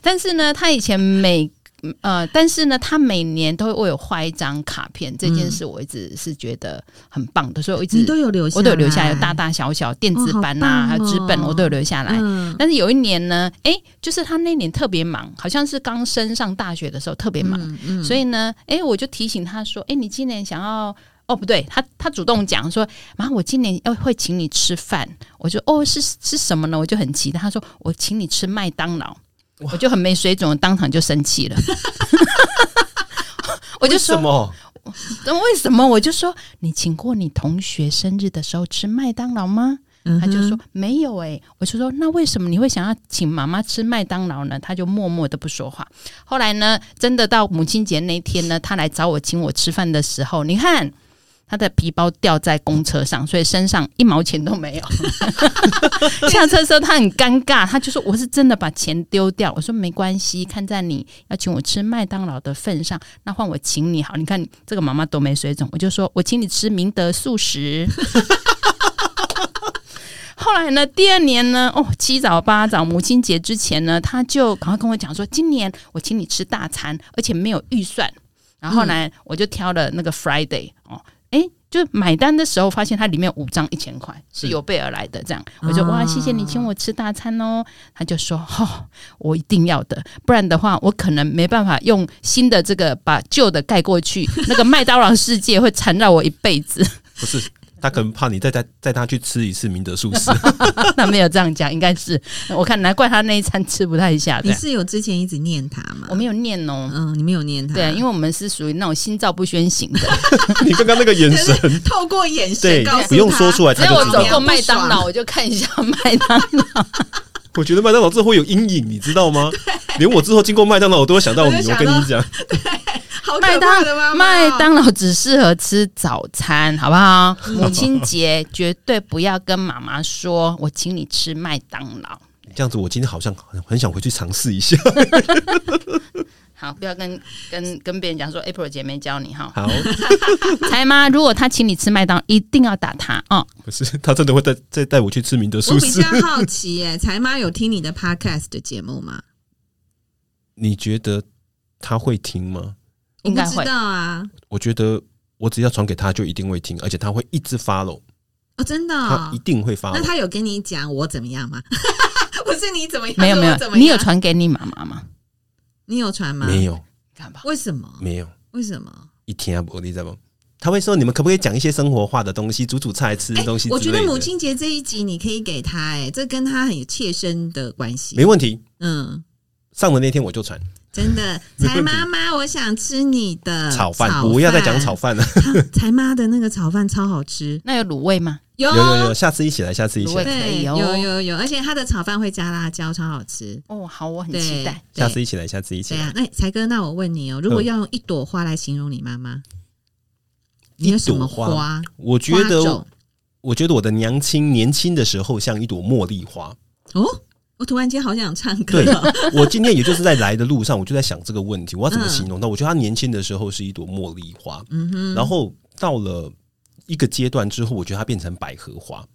S3: 但是呢，她以前每嗯呃，但是呢，他每年都会有画一张卡片，这件事我一直是觉得很棒的，所以我一
S1: 嗯你
S3: 直
S1: 都有留下，
S3: 我都有留下，有大大小小电子版
S1: 哦好棒哦
S3: 呐、还有纸本，我都有留下来。
S2: (laughs)
S1: 嗯
S3: 但是有一年呢，诶，就是他那年特别忙，好像是刚升上大学的时候特别忙，
S1: 嗯嗯
S3: 所以呢，诶，我就提醒他说，诶，你今年想要。哦，不对，他他主动讲说，妈，我今年要会请你吃饭，我就哦是是什么呢？我就很期待。他说我请你吃麦当劳，我就很没水准，我当场就生气了。 (laughs) 我就
S2: 为什
S3: 说，
S2: 么？
S3: 那为什么？我就说你请过你同学生日的时候吃麦当劳吗？
S1: 嗯
S3: 他就说
S1: 哼
S3: 没有诶、我就说那为什么你会想要请妈妈吃麦当劳呢？他就默默的不说话。后来呢，真的到母亲节那天呢，他来找我请我吃饭的时候，你看他的皮包掉在公车上，所以身上一毛钱都没有。下车的时候他很尴尬，他就说 (laughs) 我是真的把钱丢掉。我说没关系，看在你要请我吃麦当劳的份上，那换我请你好。你看这个妈妈多没水准，我就说我请你吃明德素食。后来呢，第二年呢，哦，七早八早，母亲节之前呢，他就赶快跟我讲说，今年我请你吃大餐，而且没有预算。然后呢，我就挑了那个 Friday 哦，诶，就买单的时候发现它里面有五张一千块是有备而来的，这样我就哇，谢谢你请我吃大餐哦。他就说哦，我一定要的，不然的话我可能没办法用新的这个把旧的盖过去，那个麦当劳世界会缠绕我一辈子。
S2: 不是，他可能怕你再带带他去吃一次明德素食。 (laughs)
S3: (laughs) 那没有这样讲，应该是我看难怪他那一餐吃不太下
S1: 你
S3: 的。
S1: 是有之前一直念他吗？
S3: 我没有念哦，
S1: 嗯，你没有念他，
S3: 对，因为我们是属于那种心照不宣型的，
S2: 你刚刚那个眼
S1: (laughs)
S2: 神，
S1: 为透过眼神
S2: 对
S1: 告诉，他，
S2: 不用说出来
S3: 只
S2: 他
S3: 要
S2: 就
S3: 我
S2: 知
S3: 走
S2: 道。
S3: 过麦当劳，我就看一下 (laughs) 麦当劳。
S2: 我觉得麦当劳这会有阴影，你知
S1: (laughs)
S2: 道吗？连我之后经过麦当劳，我都会想到你。
S1: 我就
S2: 我
S1: 想
S2: 跟你讲，
S1: 好
S3: 麦
S1: 可怕的妈
S3: 当
S1: 妈
S3: 麦
S1: 哦
S3: 当劳只适合吃早餐，好不好？母亲节绝对不要跟妈妈说我请你吃麦当劳。
S2: 这样子我今天好像很很想回去尝试
S1: (laughs)
S2: 一下。
S3: 好，不要跟跟跟别人讲说 April 姐没教你哈，
S2: 好，
S3: 才妈，如果她请你吃麦当劳，一定要打她哦。
S2: 不是 (laughs) 他真的会带再带我去吃明德素
S1: 我比
S2: 食
S1: 较。好奇耶， (laughs) 柴妈有听你的 podcast 的节目吗？
S2: 你觉得他会听吗？
S3: 应该
S1: 我不
S3: 会
S1: 知道啊。
S2: 我觉得我只要传给他，就一定会听，而且他会一直 follow，
S1: 哦，真的
S2: 他
S1: 哦、
S2: 一啊定会
S1: 那
S2: follow。
S1: 他有跟你讲我怎么样吗？ (laughs) 不是你怎么样，
S3: 没有
S1: 是
S3: 没
S1: 我
S3: 有
S1: 怎，么样
S3: 你有，传给你妈妈吗？
S1: 你有传吗？
S2: 没。有，
S3: 看吧，
S1: 为什么？
S2: 没有，
S1: 为什么？
S2: 一天啊，我你知道吗？他会说你们可不可以讲一些生活化的东西，煮煮菜、吃
S1: 哎
S2: 东西之类的。
S1: 我觉得母亲节这一集你可以给他、哎，这跟他很有切身的关系
S2: 没。问题，
S1: 嗯，
S2: 上的那天我就传
S1: 真的，
S2: (laughs) 没
S1: 柴
S2: 问题
S1: 妈妈，我想吃你的
S2: 炒饭，不要再讲炒
S1: 嗯饭。
S2: 饭了。
S1: (laughs) 他柴妈的那个炒饭超好吃，
S3: 那有卤味吗？
S1: 有
S2: 有有有，下次一起来，下次一起
S3: 如果
S2: 来，
S3: 可
S1: 对，
S3: 以哦
S1: 有有有，而且他的炒饭会加辣椒，超好吃。
S3: 哦，好，我很
S1: 对，
S3: 期待。
S1: 对
S2: 下次一起来，下次一起
S1: 对
S2: 来。
S1: 啊，那才哥，那我问你哦，如果
S2: 嗯
S1: 要用一朵花来形容你妈妈，你
S2: 一
S1: 有什
S2: 朵
S1: 么
S2: 花，
S1: 花
S2: 我觉得
S1: 种，
S2: 我觉得我的娘亲年轻的时候像一朵茉莉花。
S1: 哦，我突然间好想唱歌
S2: 对
S1: 哦。
S2: (laughs) 我今天也就是在来的路上，我就在想这个问题，我要怎么形容她？我觉得她年轻的时候是一朵茉莉花，
S1: (laughs) 嗯哼，
S2: 然后到了一个阶段之后，我觉得她变成百合花。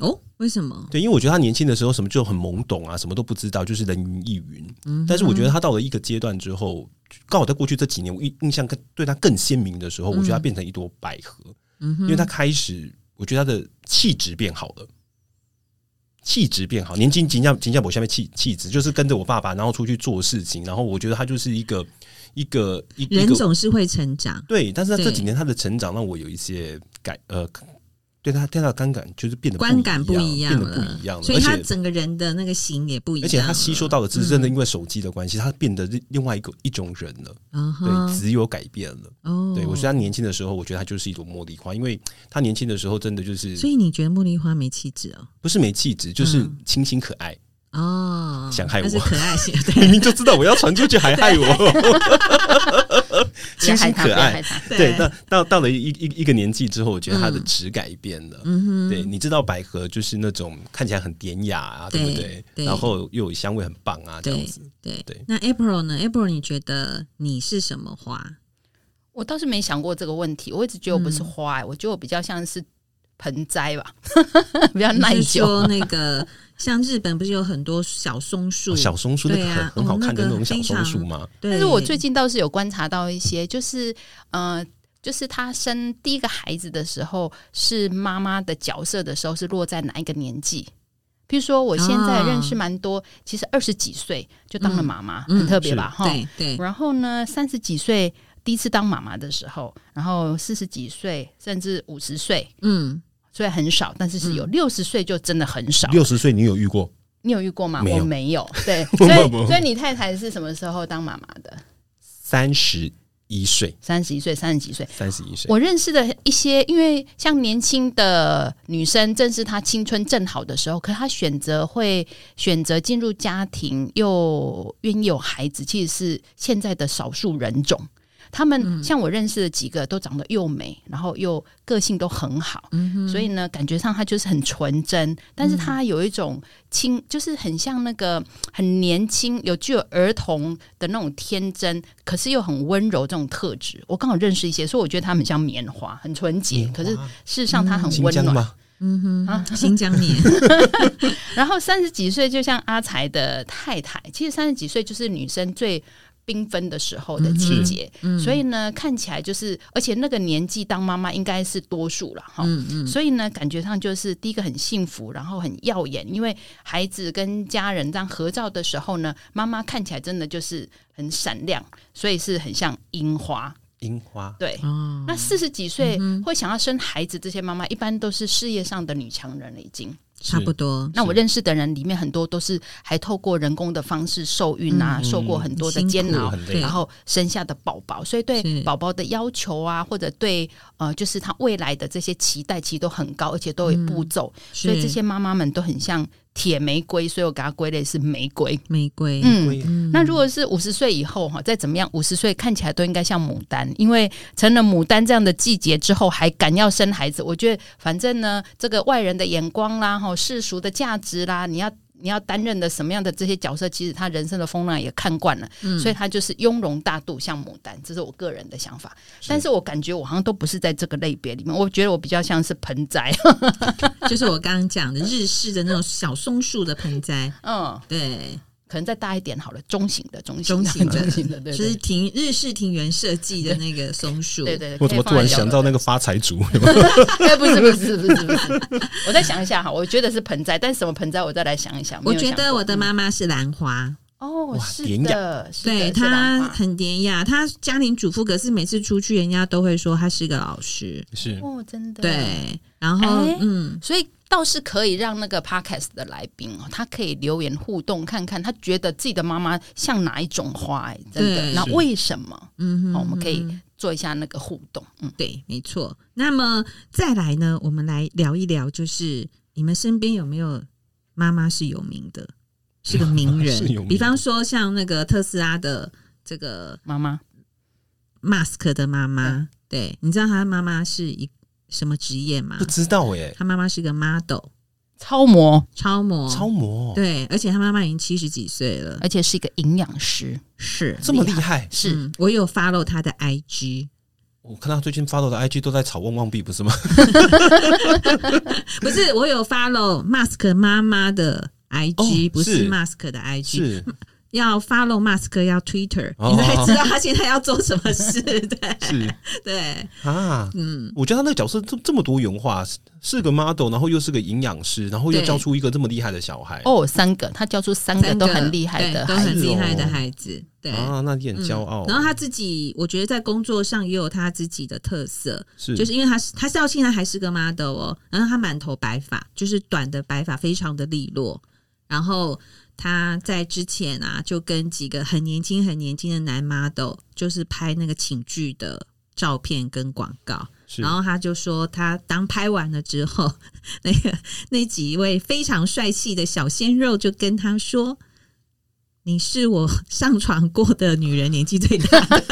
S1: 哦，为什么？
S2: 对，因为我觉得她年轻的时候什么就很懵懂啊，什么都不知道，就是人云亦云。
S1: 嗯哼，
S2: 但是我觉得她到了一个阶段之后，刚好在过去这几年，我印印象更对她更鲜明的时候，我觉得她变成一朵百合，
S1: 嗯哼，
S2: 因为她开始，我觉得她的气质变好了。气质变好，年轻金价金价我下面气气质就是跟着我爸爸，然后出去做事情，然后我觉得她就是一个一个一一
S1: 人
S2: 个
S1: 总是会成长。
S2: 对，但是她这
S1: 对
S2: 几年她的成长让我有一些改呃，对她对她的观感就是变得不
S1: 观感不
S2: 一
S1: 一
S2: 样，
S1: 样
S2: 变得
S1: 了，
S2: 不一样了，
S1: 所以他
S2: 而且
S1: 整个人的那个型也不一样
S2: 而
S1: 了，
S2: 且他吸收到的知识，真的因为手机的关系，他变得另另外一个一种人了，
S1: 嗯
S2: 对，
S1: 哼，
S2: 只有改变了。
S1: 哦，
S2: 对我觉得他年轻的时候，我觉得他就是一朵茉莉花，因为他年轻的时候真的就是
S1: 所以你觉得茉莉花没气质哦？
S2: 不是没气质，就是
S1: 嗯
S2: 清新可爱。 (laughs)
S1: 哦，
S2: 想害我
S1: 那是可爱
S2: (laughs)
S1: 型，对
S2: 明明就知道我要传出去，还害我，清新可
S3: 不要害
S2: 爱。
S3: 他。不要害他
S2: 对，到到到了一一一个年纪之后，我觉得他的质改变了。
S1: 嗯哼，
S2: 对，你知道百合就是那种看起来很典雅啊，对
S1: 对
S2: 不对？
S1: 对
S2: 然后又有香味，很棒啊，这样
S1: 对
S2: 子。
S1: 对
S2: 对
S1: 那 April 呢？April，你觉得你是什么
S3: (laughs)
S1: 花？
S3: 我倒是没想过这个问题，我一直觉得我不是 (laughs) 花、欸，我觉得我比较像是盆栽吧，比较耐
S1: 你是
S3: 久。
S1: 说那个像日本不是有很多小松树，
S2: 哦小松树那
S1: 对
S2: 个很
S1: 啊
S2: 很好
S1: 哦那
S2: 看的
S1: 个
S2: 那种小
S1: 非
S2: 松
S1: 常
S2: 树嘛，
S1: 对，
S3: 但是我最近倒是有观察到一些，就是呃，就是他生第一个孩子的时候，是妈妈的角色的时候是落在哪一个年纪？比如说，我现在认识蛮多，其实二十几岁就当了妈妈，
S1: 嗯
S3: 很特别
S2: 是
S3: 吧？哈、
S1: 对对
S3: 然后呢，三十几岁第一次当妈妈的时候，然后四十几岁甚至五十岁，
S1: 嗯，
S3: 虽然很少，但是是有六十岁就真的很少。
S2: 嗯六十岁你有遇过？
S3: 你有遇过吗？
S2: 没有
S3: 我没有。
S2: (laughs)
S3: 对，
S2: 我
S3: 所以
S2: 我
S3: 所以你太太是什么时候当妈妈的？
S2: 三十一岁，
S3: 三十一岁，三十几岁。
S2: 三十一岁，
S3: 我认识的一些，因为像年轻的女生，正是她青春正好的时候，可她选择会选择进入家庭，又愿意有孩子，其实是现在的少数人种。他们像我认识的几个，都长得又美，然后又个性都很好，所以呢，感觉上她就是很纯真，但是她有一种轻，就是很像那个很年轻、有具有儿童的那种天真，可是又很温柔这种特质。我刚好认识一些，所以我觉得他们很像棉花，很纯洁，可是事实上它很
S2: 嗯新
S3: 温
S2: 疆
S3: 暖。
S2: 吗？
S1: 嗯
S3: 啊 (laughs)
S1: 新疆棉，
S3: 然后三十几岁，就像阿才的太太，其实三十几岁就是女生最。缤纷的时候的季节，所以呢，看起来就是，而且那个年纪当妈妈应该是多数了哈。
S1: 嗯嗯，
S3: 所以呢，感觉上就是第一个很幸福，然后很耀眼，因为孩子跟家人这样合照的时候呢，妈妈看起来真的就是很闪亮，所以是很像樱花。
S2: 樱花，
S3: 对，
S1: 哦，
S3: 那四十几岁
S2: 嗯
S3: 会想要生孩子，这些妈妈一般都是事业上的女强人了，已经。
S1: 差不多，
S3: 那我认识的人里面很多都是还透过人工的方式受孕啊，
S2: 嗯
S3: 受过很多的煎
S2: 辛苦
S3: 熬
S2: 很，累
S3: 然后生下的宝宝，所以对
S1: 是
S3: 宝宝的要求啊，或者对呃，就是他未来的这些期待，其实都很高，而且都有步骤，
S1: 所
S3: 所以这些妈妈们都很像铁玫瑰，所以我给它归类是玫瑰。
S1: 玫瑰，
S3: 嗯，
S1: 嗯
S3: 那如果是五十岁以后哈，再怎么样，五十岁看起来都应该像牡丹，因为成了牡丹这样的季节之后，还敢要生孩子，我觉得反正呢，这个外人的眼光啦，哈，世俗的价值啦，你要。你要担任的什么样的这些角色，其实他人生的风浪也看惯了，所以他就是雍容大度，像牡丹，这是我个人的想法。但是我感觉我好像都不是在这个类别里面，我觉得我比较像是盆栽， (laughs)
S1: 就是我刚刚讲的日式的那种小松树的盆栽，
S3: 嗯，
S1: 对，
S3: 可能再大一点好了，中型的，中型
S1: 中
S3: 的，
S1: 型的
S3: 中型的， (laughs) 对
S1: 就
S3: 对
S1: 是庭日式庭园设计的那个松树，
S3: 对对。对
S2: 我怎么
S3: 可以
S2: 突
S3: 放
S2: 然
S3: 在角
S2: 想
S3: 落
S2: 到那个发财族？
S1: (laughs)
S3: 哎，不是不是不是不是，我再想一下哈，我觉得是盆栽，但是什么盆栽我再来想一想。
S1: 我
S3: 没有
S1: 觉
S3: 想
S1: 得
S3: 过
S1: 我的妈妈是兰花，
S3: 哦，
S2: 哇
S3: 是
S2: 典雅
S3: 的，是的
S1: 对
S3: 是兰
S1: 她
S3: 花
S1: 很典雅，她家庭主妇，可是每次出去，人家都会说她是个老师，
S2: 是
S3: 哦，真的。
S1: 对，然后
S3: 哎
S1: 嗯，
S3: 所以倒是可以让那个 podcast 的来宾哦，他可以留言互动，看看他觉得自己的妈妈像哪一种花、哎，真的，
S1: 对
S3: 那
S2: 是
S3: 为什么？
S1: 嗯哼
S3: 哦，我们可以做一下那个互动，嗯，
S1: 对，没错。那么再来呢，我们来聊一聊，就是你们身边有没有妈妈是有名的，是个名人？
S2: 是有名的
S1: 比方说像那个特斯拉的这个
S3: 妈妈
S1: 马斯克的妈妈，对，你知道他妈妈是一什么职业吗
S2: 不？知道哎，
S1: 他妈妈是个 model，
S3: 超模，
S1: 超模，
S2: 超模
S1: 哦对，而且他妈妈已经七十几岁了，
S3: 而且是一个营养师，
S1: 是
S2: 这么厉害，
S3: 是、
S1: 嗯我有 follow 他的 IG，
S2: 我看他最近发到的 IG 都在炒旺旺币，不是吗？
S1: 不是我有 follow Mask 妈妈的 IG，、
S2: 哦
S1: 不是
S2: 是
S1: Mask 的 IG，
S2: 是
S1: 要 follow Musk 要 Twitter，、
S2: 哦
S1: 你才知道他现在要做什么事。 (laughs) 对
S2: (laughs) 是
S1: 对，
S2: 啊，
S1: 嗯，
S2: 我觉得他那个角色这这么多元化，是是个 model，然后又是个营养师，然后又
S1: 对
S2: 教出一个这么厉害的小孩
S3: 哦，三个，他教出三个
S1: 三
S3: 都很厉害的
S1: 对都
S3: 孩
S1: 很
S3: 子，
S1: 厉害的孩子。对，嗯
S2: 啊，那你很骄傲。
S1: 然后他自己，我觉得在工作上也有他自己的特色，
S2: 是
S1: 就是因为他是他到现在还是个 model 哦，然后他满头白发，就是短的白发，非常的利落。然后他在之前啊，就跟几个很年轻很年轻的男 model，就是拍那个寝具的照片跟广告。
S2: 是，
S1: 然后他就说，他当拍完了之后， (laughs) 那个那几位非常帅气的小鲜肉就跟他说：“你是我上床过的女人年纪最大的。”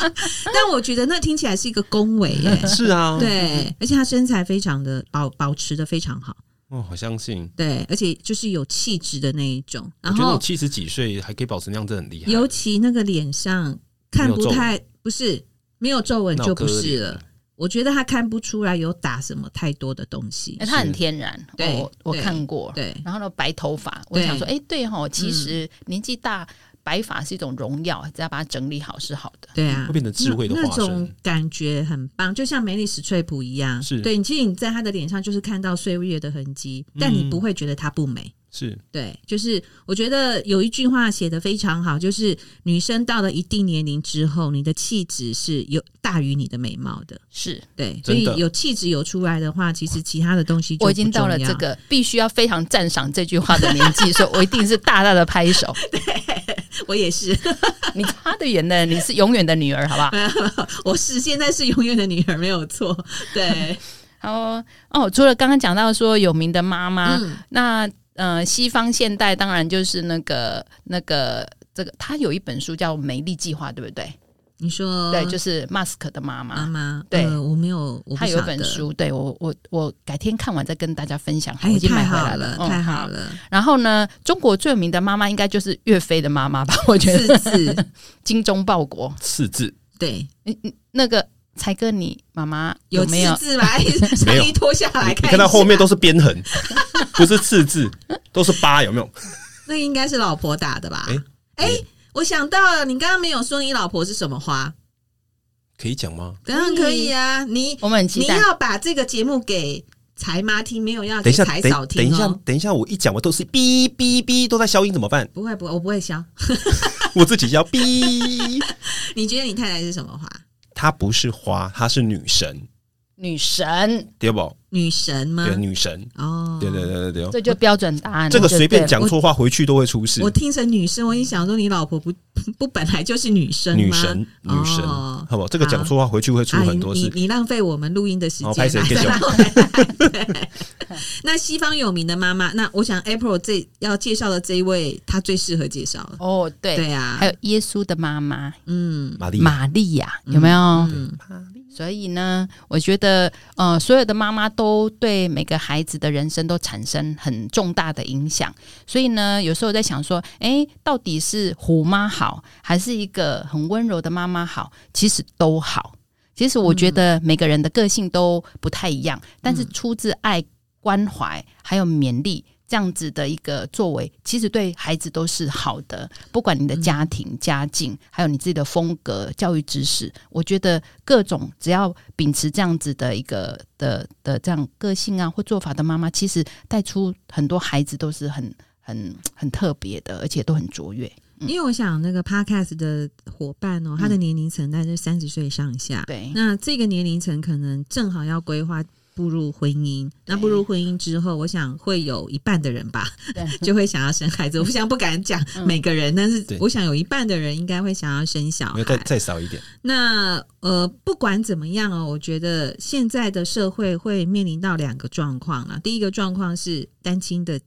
S1: (laughs) 但我觉得那听起来是一个恭维耶
S2: 是啊，
S1: (laughs) 对，而且他身材非常的保保持的非常好，
S2: 哦，我相信。
S1: 对，而且就是有气质的那一种。
S2: 我
S1: 然
S2: 觉得我
S1: 后
S2: 七十几岁还可以保持那样，真的很厉害。
S1: 尤其那个脸上看不太不是没有皱纹
S2: 那
S1: 就
S2: 我
S1: 不
S2: 割
S1: 是
S2: 脸
S1: 了。我觉得他看不出来有打什么太多的东西
S3: 哎，。它很天然，
S1: 对
S3: 我我
S1: 对
S3: 看过。
S1: 对，
S3: 然后呢，白头发，我
S1: 对嗯
S3: 想说，哎，对哈、哦，其实年纪大，白发是一种荣耀，只要把它整理好是好的。
S1: 对啊，
S2: 会变成智慧的
S1: 那那
S2: 化身
S1: 种感觉很棒，就像梅丽史翠普一样。
S2: 是
S1: 对，其实你在她的脸上就是看到岁月的痕迹，但
S2: 嗯
S1: 你不会觉得她不美。
S2: 是
S1: 对，就是我觉得有一句话写的非常好，就是女生到了一定年龄之后，你的气质是有大于你的美貌的。
S3: 是
S1: 对，所
S2: 真
S1: 以
S2: 的
S1: 有气质有出来的话，其实其他的东西就
S3: 我已经
S1: 不重
S3: 到了
S1: 要
S3: 这个必须要非常赞赏这句话的年纪，所以我一定是大大的
S1: (laughs)
S3: 拍手。
S1: 我也是， (laughs)
S3: 你差得远的，你是永远的女儿，好不好？
S1: 我是现在是永远的女儿，没有错。对，
S3: 然后哦，除了刚刚讲到说有名的妈妈，
S1: 嗯
S3: 那呃，西方现代当然就是那个那个这个，他有一本书叫《美丽计划》，对不对？
S1: 你说
S3: 对，就是马斯克的妈妈。
S1: 妈妈，
S3: 对
S1: 呃我没有，我不
S3: 他有一
S1: 晓
S3: 本
S1: 得，
S3: 书，对我我我改天看完再跟大家分享。
S1: 哎
S3: 我已，经买
S1: 太
S3: 回
S1: 好
S3: 来
S1: 了，
S3: 嗯
S1: 太好。了，
S3: 然后呢，中国最有名的妈妈应该就是岳飞的妈妈吧？我觉得
S1: 四字，
S3: 精忠报国。
S2: 四字，
S1: 对，
S3: 那个才哥，你妈妈
S1: 有
S3: 没有
S1: 四？字吧？ (laughs) 上衣脱下 (laughs) 来
S2: 你
S1: 看一下，
S2: 看到后面都是边痕， (laughs) 不是四字，都是八，有没有？
S1: 那应该是老婆打的吧
S2: 哎？
S1: 哎，我想到了，你刚刚没有说你老婆是什么花，
S2: 可以讲吗？
S1: 当然可以啊，你
S3: 嗯我们很
S1: 你
S3: 期待。
S1: 要把这个节目给财妈听，没有要
S2: 等
S1: 给
S2: 一下，
S1: 财
S2: 等
S1: 嫂
S2: 等一
S1: 听
S2: 下
S1: 哦。，
S2: 等一下，我一讲我都是哔哔哔都在消音，怎么办？ (laughs)
S1: 不会不会，我不会消。
S2: 我自己要哔。 (laughs)
S1: 你觉得你太太是什么花？
S2: 她不是花，她是女神，
S3: 女神，
S2: 对不？
S1: 女神吗？
S2: 对，女神，
S1: 哦，
S2: 对对对对对。
S3: 这就标准答案。
S2: 这个
S3: 就
S2: 随便
S3: 对
S2: 讲错话，回去都会出事
S1: 我。听成女生，我一想说你老婆不 (laughs) 不本来就是女生吗？
S2: 女神，女神，
S1: 哦
S2: 好不好？这个讲错话回去会出
S1: 啊，
S2: 很多
S1: 你
S2: 事
S1: 你。你浪费我们录音的时间
S2: 哦
S1: 了， (laughs)
S2: 拍谁更久
S1: 对那西方有名的妈妈，那我想 April 这要介绍的这一位，她最适合介绍了。
S3: 哦，对，
S1: 对啊
S3: 还，有耶稣的妈妈
S1: 嗯
S2: 玛丽，啊
S3: 玛利亚，有没有？
S1: 嗯，
S3: 所以呢，我觉得，呃，所有的妈妈都对每个孩子的人生都产生很重大的影响。所以呢，有时候我在想说，诶，到底是虎妈好，还是一个很温柔的妈妈好？其实都好。其实我觉得每个人的个性都不太一样，但
S2: 嗯
S3: 是出自爱、关怀还有勉励。这样子的一个作为，其实对孩子都是好的。不管你的家庭、家境，还有你自己的风格、教育知识，我觉得各种只要秉持这样子的一个的的这样个性啊或做法的妈妈，其实带出很多孩子都是很很很特别的，而且都很卓越。
S1: 因为我想那个 Podcast 的伙伴哦，他的年龄层大概是三十岁上下，
S3: 嗯对，
S1: 那这个年龄层可能正好要规划步入婚姻。那步入婚姻之后，我想会有一半的人
S3: (laughs)
S1: 吧，就会想要生孩子。我想不敢讲
S3: 嗯
S1: 每个人，但是
S2: 对
S1: 我想有一半的人应该会想要生小
S2: 没有再
S1: 孩。
S2: 再少一点，
S1: 那呃，不管怎么样哦，我觉得现在的社会会面临到两个状况啊。第一个状况是单亲的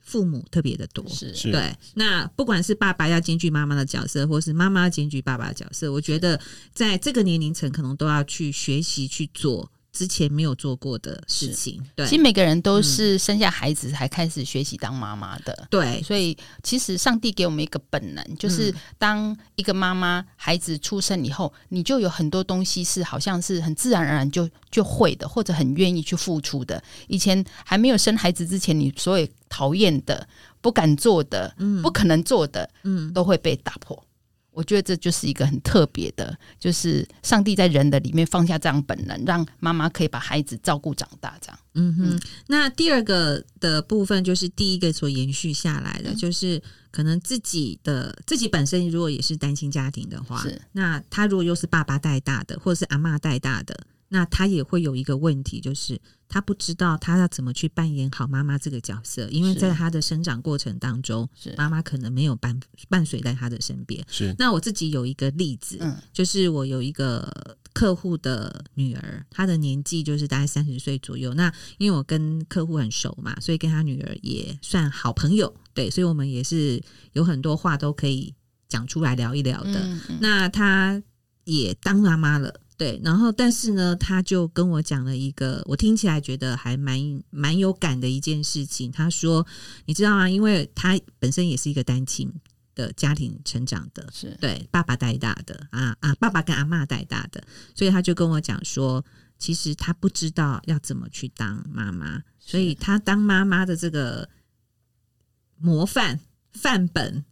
S1: 父母特别的多，
S3: 是
S2: 是
S1: 对，那不管是爸爸要兼具妈妈的角色，或是妈妈要兼具爸爸的角色，我觉得在这个年龄层，可能都要去学习去做之前没有做过的事情。对
S3: 其，实每个人都是生下孩子才开始学习当妈妈的。
S1: 对，
S3: 所以，其实上帝给我们一个本能，就是
S1: 嗯
S3: 当一个妈妈孩子出生以后，你就有很多东西是好像是很自然而然就就会的，或者很愿意去付出的。以前还没有生孩子之前，你所有讨厌的、不敢做的、不可能做的，
S1: 嗯，
S3: 都会被打破。我觉得这就是一个很特别的，就是上帝在人的里面放下这样本能，让妈妈可以把孩子照顾长大。这样，
S1: 嗯哼。那第二个的部分就是第一个所延续下来
S3: 嗯
S1: 的，就是可能自己的自己本身如果也是单亲家庭的话
S3: 是，
S1: 那他如果又是爸爸带大的，或者是阿嬷带大的。那他也会有一个问题，就是他不知道他要怎么去扮演好妈妈这个角色，因为
S3: 是
S1: 在他的生长过程当中，
S3: 是
S1: 妈妈可能没有伴伴随在他的身边。
S2: 是
S1: 那我自己有一个例子，
S3: 嗯
S1: 就是我有一个客户的女儿，她的年纪就是大概三十岁左右。那因为我跟客户很熟嘛，所以跟她女儿也算好朋友，对，所以我们也是有很多话都可以讲出来聊一聊的。
S3: 嗯嗯
S1: 那她也当妈妈了。对，然后但是呢，她就跟我讲了一个我听起来觉得还蛮蛮有感的一件事情。她说：“你知道吗？因为她本身也是一个单亲的家庭成长的，
S3: 是
S1: 对爸爸带大的啊啊，爸爸跟阿妈带大的，所以他就跟我讲说，其实他不知道要怎么去当妈妈，所以他当妈妈的这个模范范本。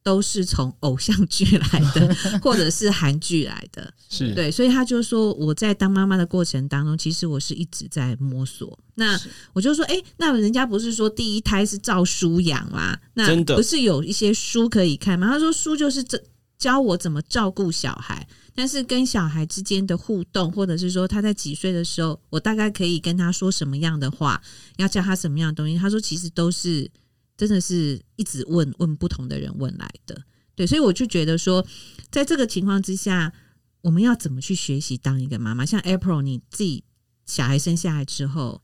S1: 都是从偶像剧来的，或者是韩剧来的，
S2: 是哦
S1: 对，所以他就说，我在当妈妈的过程当中，其实我是一直在摸索。那
S3: 是
S1: 我就说，哎、那人家不是说第一胎是照书养吗？那
S2: 真的
S1: 不是有一些书可以看吗？他说书就是这教我怎么照顾小孩，但是跟小孩之间的互动，或者是说他在几岁的时候，我大概可以跟他说什么样的话，要教他什么样的东西。他说其实都是真的是一直问问不同的人问来的。对，所以我就觉得说，在这个情况之下，我们要怎么去学习当一个妈妈？像 April，你自己小孩生下来之后，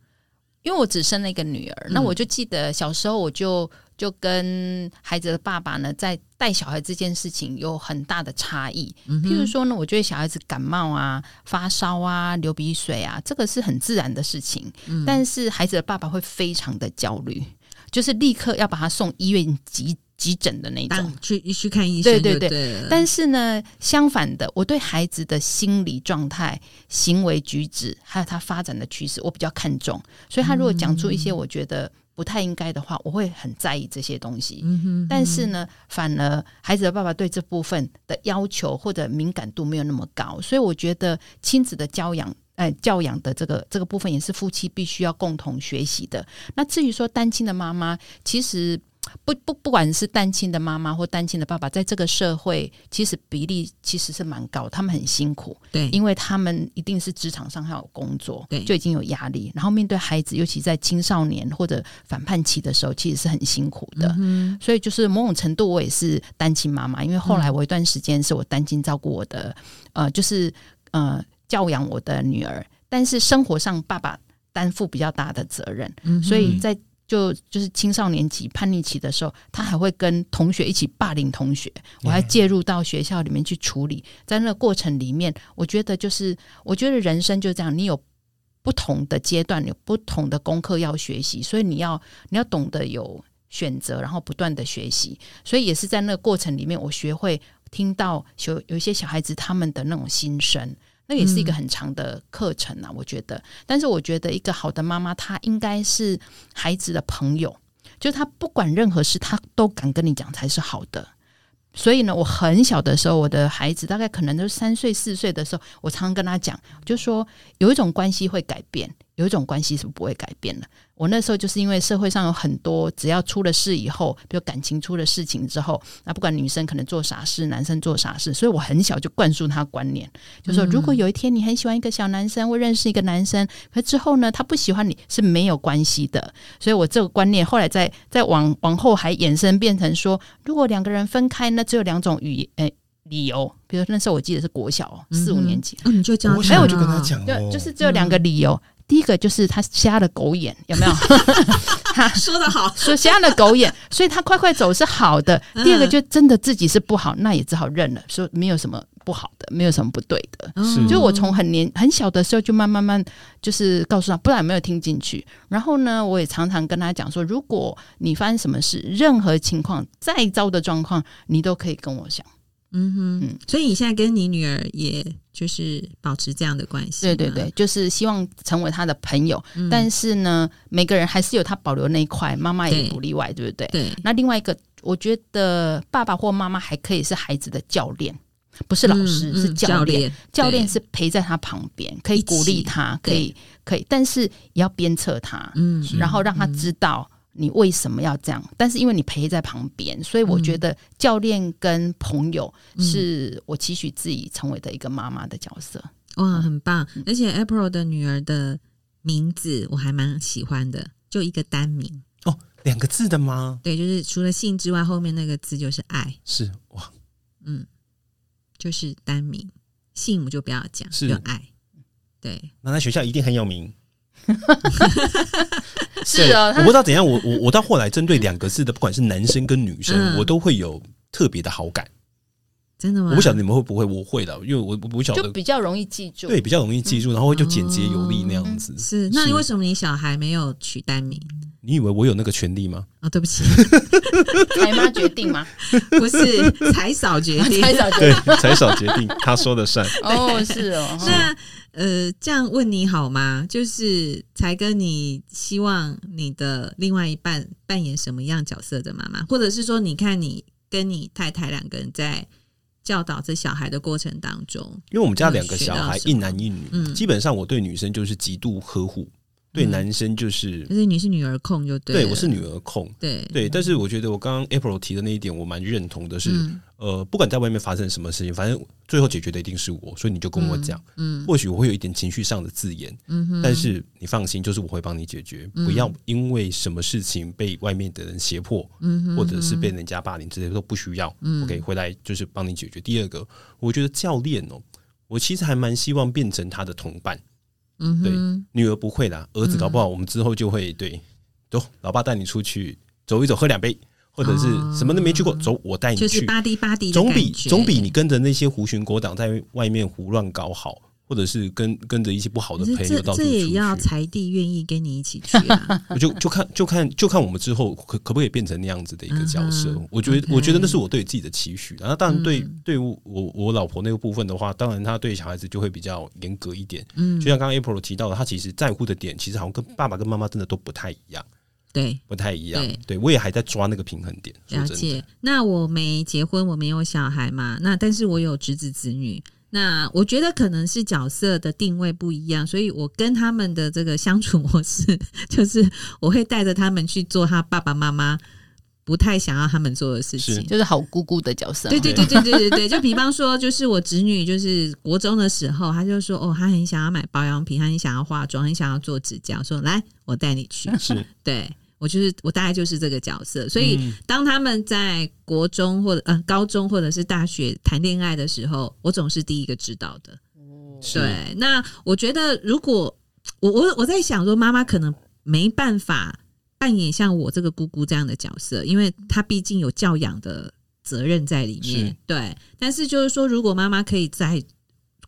S3: 因为我只生了一个女儿，
S1: 嗯
S3: 那我就记得小时候我就就跟孩子的爸爸呢，在带小孩这件事情有很大的差异。
S1: 嗯哼
S3: 譬如说呢，我觉得小孩子感冒啊、发烧啊、流鼻水啊，这个是很自然的事情，
S1: 嗯
S3: 但是孩子的爸爸会非常的焦虑，就是立刻要把他送医院急急诊的那种。
S1: 当去去看医生就
S3: 对
S1: 对
S3: 对对
S1: 了
S3: 但是呢，相反的，我对孩子的心理状态、行为举止，还有他发展的趋势，我比较看重。所以他如果讲出一些我觉得不太应该的话，我会很在意这些东西。
S1: 嗯哼
S3: 但是呢，反而孩子的爸爸对这部分的要求或者敏感度没有那么高，所以我觉得亲子的教养。呃，教养的这个这个部分也是夫妻必须要共同学习的。那至于说单亲的妈妈，其实不不不管是单亲的妈妈或单亲的爸爸，在这个社会其实比例其实是蛮高，他们很辛苦，
S1: 对，
S3: 因为他们一定是职场上还有工作
S1: 对，
S3: 就已经有压力，然后面对孩子，尤其在青少年或者反叛期的时候，其实是很辛苦的。
S1: 嗯
S3: 所以就是某种程度，我也是单亲妈妈，因为后来我一段时间是我单亲照顾我的，呃，就是呃教养我的女儿，但是生活上爸爸担负比较大的责任，
S1: 嗯哼
S3: 所以在就就是青少年期叛逆期的时候，他还会跟同学一起霸凌同学，我还介入到学校里面去处理，在那个过程里面，我觉得就是我觉得人生就这样，你有。不同的阶段有不同的功课要学习，所以你要你要懂得有选择，然后不断的学习。所以也是在那个过程里面，我学会听到有有一些小孩子他们的那种心声，那也是一个很长的课程啊，我觉得。但是我觉得一个好的妈妈，她应该是孩子的朋友，就是她不管任何事，她都敢跟你讲才是好的。所以呢，我很小的时候，我的孩子大概可能都是三岁四岁的时候，我常常跟他讲，就说有一种关系会改变，有一种关系是不会改变的。我那时候就是因为社会上有很多，只要出了事以后，比如感情出了事情之后，那不管女生可能做傻事，男生做傻事，所以我很小就灌输他观念，就说
S1: 嗯
S3: 如果有一天你很喜欢一个小男生，或认识一个男生，可之后呢，他不喜欢你是没有关系的。所以我这个观念后来再再往往后还衍生变成说，如果两个人分开，那只有两种语言诶、理由，比如说那时候我记得是国小哦四五年级，
S1: 哦，你就教
S2: 我
S1: 他
S2: 想
S1: 了，
S2: 我就跟他讲哦，
S3: 就就是只有两个理由。第一个就是他瞎了狗眼，有 (laughs) 没有？
S1: (laughs) 说的
S3: (laughs)
S1: 好，
S3: 说瞎了狗眼，所以他快快走是好的。第二个就真的自己是不好，那也只好认了，说没有什么不好的，没有什么不对的。
S2: 是
S3: 嗯就我从很年很小的时候就慢慢慢就是告诉他，不然没有听进去。然后呢，我也常常跟他讲说，如果你发生什么事，任何情况再糟的状况，你都可以跟我讲。
S1: 嗯哼
S3: 嗯，
S1: 所以你现在跟你女儿也就是保持这样的关系，
S3: 对对对，，嗯就是希望成为他的朋友。
S1: 嗯
S3: 但是呢，每个人还是有他保留那一块，妈妈
S1: 对
S3: 也不例外，对不对？
S1: 对，
S3: 那另外一个，我觉得爸爸或妈妈还可以是孩子的教练，不是老师，
S1: 嗯
S3: 是
S1: 嗯
S3: 教练。
S1: 练，
S3: 教练
S1: 对
S3: 是陪在他旁边，可
S1: 一
S3: 以
S1: 起
S3: 鼓励他，可以可以，但是也要鞭策他，
S1: 嗯
S2: 是
S3: 然后让他知道你为什么要这样。但是因为你陪在旁边，所以我
S1: 嗯
S3: 觉得教练跟朋友是我期许自己成为的一个妈妈的角色。
S1: 哇，很棒！
S3: 嗯
S1: 而且 April 的女儿的名字我还蛮喜欢的，就一个单名，
S2: 哦，两个字的吗？
S1: 对，就是除了姓之外，后面那个字就是爱，
S2: 是哇，
S1: 嗯，就是单名。姓我就不要讲，
S2: 是
S1: 就爱，对，
S2: 那在学校一定很有名。
S3: 是哦，
S2: 我不知道怎样，我我我到后来针对两个字的，不管是男生跟女生，
S1: 嗯
S2: 我都会有特别的好感。
S1: 真的吗？
S2: 我不晓得你们会不会，我会的，因为我我不晓
S3: 就
S2: 得，
S3: 比较容易记住。
S2: 对，比较容易
S1: 嗯
S2: 记住，然后就简洁有力那样子。
S1: 是，那你为什么你小孩没有取单名？
S2: 你以为我有那个权
S1: (laughs)
S2: 利吗？
S1: 哦，对不
S2: (laughs)
S1: 起，
S3: 台妈决
S1: (laughs)
S3: 定嘛，
S1: 不是才嫂决
S2: (laughs)
S1: 定。
S3: 太早决
S2: 对
S3: 定。，
S2: 才少决定，他说的
S3: (laughs)
S2: 算。
S3: 哦，是哦，
S1: 那呃，这样问你好吗？就是才哥，你希望你的另外一半扮演什么样角色的妈妈，或者是说，你看你跟你太太两个人在教导这小孩的过程当中，
S2: 因为我们家两个小孩
S1: 有学到什么
S2: 一男一女，
S1: 嗯
S2: 基本上我对女生就是极度呵护，对
S1: 嗯
S2: 男生就是
S1: 就是你是女儿控就对了，
S2: 对我是女儿控。
S1: 对
S2: 对，但是我觉得我刚刚 April 提的那一点，我蛮认同的是，
S1: 嗯
S2: 呃，不管在外面发生什么事情，反正最后解决的一定是我，所以你就跟我讲。
S1: 嗯
S2: 或许我会有一点情绪上的字眼，
S1: 嗯哼，
S2: 但是你放心，就是我会帮你解决，
S1: 嗯
S2: 不要因为什么事情被外面的人胁迫，
S1: 嗯哼
S2: 或者是被人家霸凌之类的都不需要。
S1: 嗯
S2: OK，回来就是帮你解决。第二个，我觉得教练哦，我其实还蛮希望变成他的同伴。
S1: 嗯哼
S2: 女儿不会啦，儿子搞
S1: 嗯
S2: 不好我们之后就会对，走，老爸带你出去走一走，喝两杯，或者是
S1: 哦
S2: 什么都没去过，走，我带
S1: 就
S2: 你
S1: 是
S2: 去，
S1: 巴迪巴迪的
S2: 总比
S1: 感觉
S2: 总比你跟着那些狐群狗党在外面胡乱搞好，或者是跟跟着一些不好的
S1: 可是
S2: 朋友
S1: 这
S2: 到处
S1: 这
S2: 出
S1: 也
S2: 去，
S1: 要才弟愿意跟你一起去
S2: (laughs)
S1: 啊，
S2: 我就就看就看就看我们之后可可不可以变成那样子的一个角色。
S1: 嗯哼
S2: 我觉得
S1: OK
S2: 我觉得那是我对自己的期许。然后当然对、
S1: 嗯
S2: 对我我我老婆那个部分的话，当然她对小孩子就会比较严格一点。
S1: 嗯
S2: 就，像刚刚 April 提到的，她其实在乎的点其实好像跟爸爸跟妈妈真的都不太一样，
S1: 对。
S2: 不太一样。
S1: 对
S2: 对我也还在抓那个平衡点。说
S1: 了
S2: 真的，
S1: 解。那我没结婚，我没有小孩嘛，那但是我有侄子侄女。那我觉得可能是角色的定位不一样，所以我跟他们的这个相处模式，就是我会带着他们去做他爸爸妈妈不太想要他们做的事
S2: 是
S1: 情。
S3: 就是好姑姑的角色嘛。
S1: 对对对对对对对，就比方说，就是我侄女，就是国中的时候，她就说，哦，她很想要买保养品，她很想要化妆，很想要做指甲，我说来，我带你去。 (laughs)
S2: 是
S1: 对我就是我大概就是这个角色，所以
S2: 嗯
S1: 当他们在国中或者呃高中或者是大学谈恋爱的时候，我总是第一个知道的。
S2: 是
S1: 对，那我觉得如果我我我在想说，妈妈可能没办法扮演像我这个姑姑这样的角色，因为她毕竟有教养的责任在里
S2: 是
S1: 面。对，但是就是说，如果妈妈可以在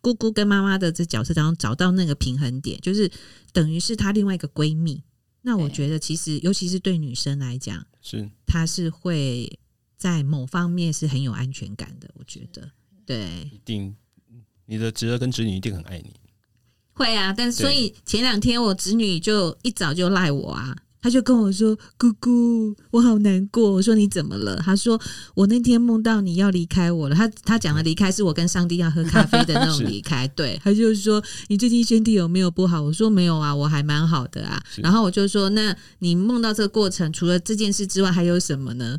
S1: 姑姑跟妈妈的这角色当中找到那个平衡点，就是等于是她另外一个闺蜜。那我
S3: 对
S1: 觉得，其实尤其是对女生来讲，
S2: 是
S1: 她是会在某方面是很有安全感的。我觉得，对，
S2: 一定，你的侄儿跟侄女一定很爱你。
S1: 会啊，但
S2: 对
S1: 所以前两天我侄女就一早就赖我啊，她就跟我说：“姑姑，我好难过。”我说：“你怎么了？”她说：“我那天梦到你要离开我了。她”她讲的离开是我跟上帝要喝咖啡的那
S2: (laughs) 是
S1: 种离开。对，她就说：“你最近身体有没有不好？”我说：“没有啊，我还蛮好的啊。
S2: 是”
S1: 然后我就说：“那你梦到这个过程，除了这件事之外，还有什么呢？”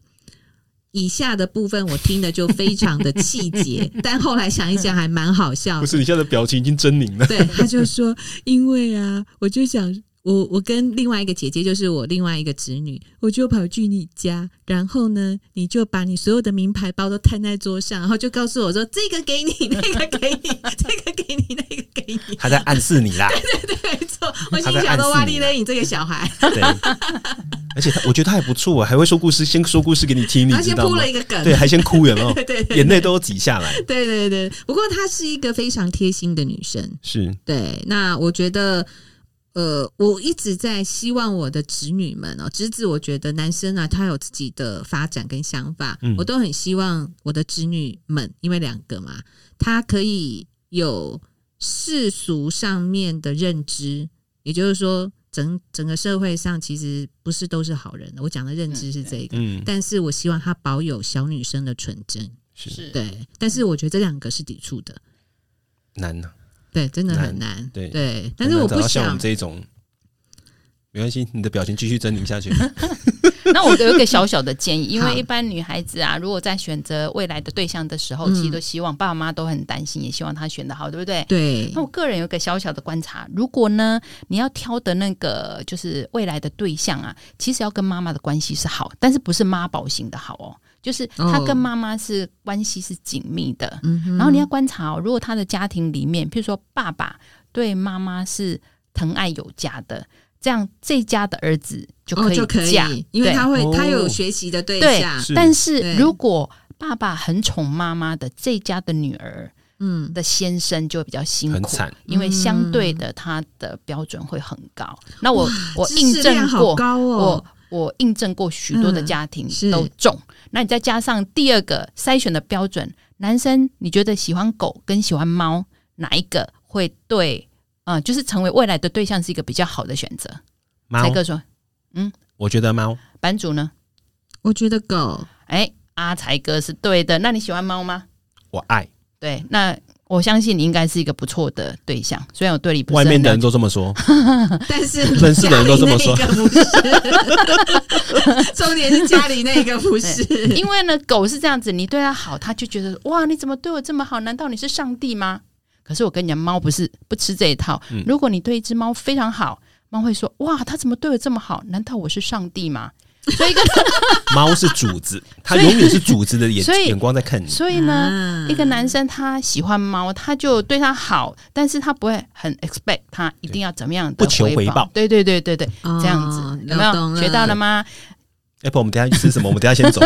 S1: 以下的部分我听的就非常的气
S2: (laughs)
S1: 结，但后来想一想还蛮好笑的
S2: 不。是，你现在的表情已经狰狞了。
S1: 对，他就说，因为啊，我就想，我我跟另外一个姐姐，就是我另外一个侄女，我就跑去你家，然后呢，你就把你所有的名牌包都摊在桌上，然后就告诉我说，这个给你，那个给你， (laughs) 这个给你，那个给
S2: (laughs)
S1: 你。
S2: 他在暗示你啦，
S1: 没错，我
S2: 他
S1: 心
S2: 在
S1: 想说，
S2: 暗
S1: 哇
S2: 示你啊
S1: 哩嘞，你这个小孩，
S2: 对，而且他我觉得他还不错，还会说故事，先说故事给你听，你
S1: 他
S2: 知
S1: 先
S2: 道
S1: 铺
S2: 吗
S1: 了？一个梗，
S2: 对，啊还先哭有
S3: (laughs)
S2: 没有？
S1: (laughs) 对对对
S2: 眼泪都有挤下来。
S1: 对对对。不过她是一个非常贴心的女生，
S2: 是，
S1: 对，那我觉得，呃，我一直在希望我的侄女们哦，侄子，我觉得男生啊，他有自己的发展跟想法，
S2: 嗯
S1: 我都很希望我的侄女们，因为两个嘛，他可以有世俗上面的认知，也就是说。整整个社会上其实不是都是好人的，我讲的认知是这个，
S2: 嗯，
S1: 但是我希望她保有小女生的纯真，
S2: 是
S3: 是，
S1: 对。但是我觉得这两个是抵触的，
S2: 难呐。
S1: 对，真的很难，
S2: 对
S1: 但是我
S2: 很难啊找
S1: 不
S2: 到像我
S1: 想
S2: 们这一种，没关系，你的表情继续狰狞下
S3: (laughs)
S2: 去。
S3: 那我有一个小小的 (laughs) 建议，因
S1: 好
S3: 为一般女孩子啊，如果在选择未来的对象的时候，
S1: 嗯
S3: 其实都希望爸爸妈妈都很担心，也希望她选的好，对不对？
S1: 对
S3: 那我个人有一个小小的观察，如果呢你要挑的那个就是未来的对象啊，其实要跟妈妈的关系是好，但是不是妈宝型的好哦，就是他
S1: 哦
S3: 跟妈妈是关系是紧密的，
S1: 嗯哼
S3: 然后你要观察哦，如果他的家庭里面，譬如说爸爸对妈妈是疼爱有加的，这样这家的儿子就
S1: 哦
S3: 可
S1: 就可
S3: 嫁，
S1: 以，因为
S3: 对
S1: 他会
S2: 哦
S1: 他有学习的对
S3: 对
S1: 象，
S2: 是
S3: 但是
S1: 对
S3: 如果爸爸很宠妈妈的这家的女儿
S1: 嗯，
S3: 的先生就会比较辛
S2: 很
S3: 苦，
S2: 惨，
S3: 因为相对的他的标准会很高。那我我
S1: 知识
S3: 印
S1: 量
S3: 证
S1: 好
S3: 过，
S1: 高哦
S3: 我。我印证过许多的
S1: 嗯
S3: 家庭
S1: 是
S3: 都中。那你再加上第二个筛选的标准，男生你觉得喜欢狗跟喜欢猫哪一个会对？呃，就是成为未来的对象是一个比较好的选择。
S2: 猫
S3: 才，哥说，
S2: 我觉得猫，
S3: 版主呢？
S1: 我觉得
S3: (laughs)
S1: 狗
S3: 哎，阿才哥是对的。那你喜欢猫吗？
S2: 我爱，
S3: 对，那我相信你应该是一个不错的对象。虽然我对你不是啊
S2: 外
S3: 很
S2: 面的人
S3: 了解
S2: 都这么说，
S1: 但是
S2: 认识的人都这么说
S1: 家里那一个不是， (laughs) 重点是家里那个不是。
S3: 因为呢，狗是这样子，你对它好，它就觉得哇，你怎么对我这么好？难道你是上帝吗？可是我跟你讲，猫不是不吃这一套。
S2: 嗯
S3: 如果你对一只猫非常好，猫会说哇，它怎么对我这么好？难道我是上帝吗？所以一个， (laughs)
S2: 猫是主子，它
S3: 所以
S2: 永远是主子的眼
S3: 所以
S2: 眼光在看你。
S3: 所以呢，
S1: 啊
S3: 一个男生他喜欢猫，他就对它好，但是他不会很 expect 他一定要怎么样的
S2: 不求回报
S3: 报。对对对对对，这样子、
S1: 哦
S3: 有没有
S1: 懂了
S3: 学到了吗？
S2: 哎 Apple，我们等一下吃什么？我们等一下
S3: (laughs)
S2: 先走。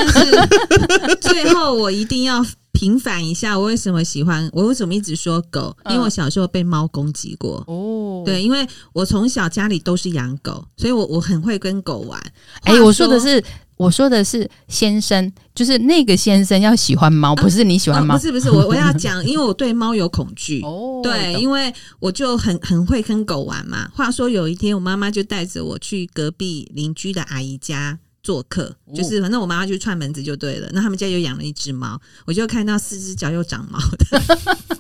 S1: (laughs) 最后我一定要平反一下，我为什么喜欢我为什么一直说狗？因
S3: 嗯
S1: 为我小时候被猫攻击过。
S3: 哦，
S1: 对，因为我从小家里都是养狗，所以我我很会跟狗玩。
S3: 哎、
S1: 话
S3: 我说的是，我说的是先生，就是那个先生要喜欢猫，不是你喜欢
S1: 哦
S3: 猫
S1: 不。是不是，我我要
S3: (laughs)
S1: 讲，因为我对猫有恐惧。
S3: 哦
S1: 对，因为我就很很会跟狗玩嘛。话说有一天，我妈妈就带着我去隔壁邻居的阿姨家做客，
S3: 哦
S1: 就是反正我妈妈就串门子就对了。那他们家又养了一只猫，我就看到四只脚又长毛的， (laughs)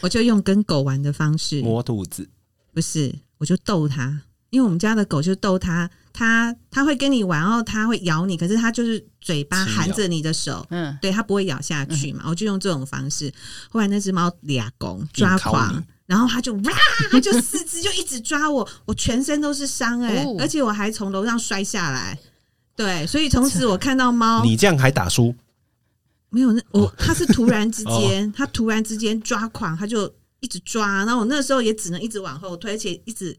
S1: 我就用跟狗玩的方式，
S2: 摸肚子，
S1: 不是，我就逗它，因为我们家的狗就逗它，它它会跟你玩，然后它会咬你，可是它就是嘴巴
S2: 轻
S1: 含
S2: 咬
S1: 着你的手。
S3: 嗯，
S1: 对，它不会咬下去
S2: 嗯
S1: 嘛。我就用这种方式。后来那只猫俩拱
S2: 硬
S1: 抓
S2: 靠
S1: 狂
S2: 你，
S1: 然后它就哇，它就四肢就一直抓我，我全身都是伤哎、
S3: 哦
S1: 而且我还从楼上摔下来。对，所以从此我看到猫
S2: 你这样还打输？
S1: 没有那
S2: 哦
S1: 我，它是突然之
S2: (laughs)
S1: 间，它突然之间抓狂，它就一直抓，然后我那时候也只能一直往后推，而且一直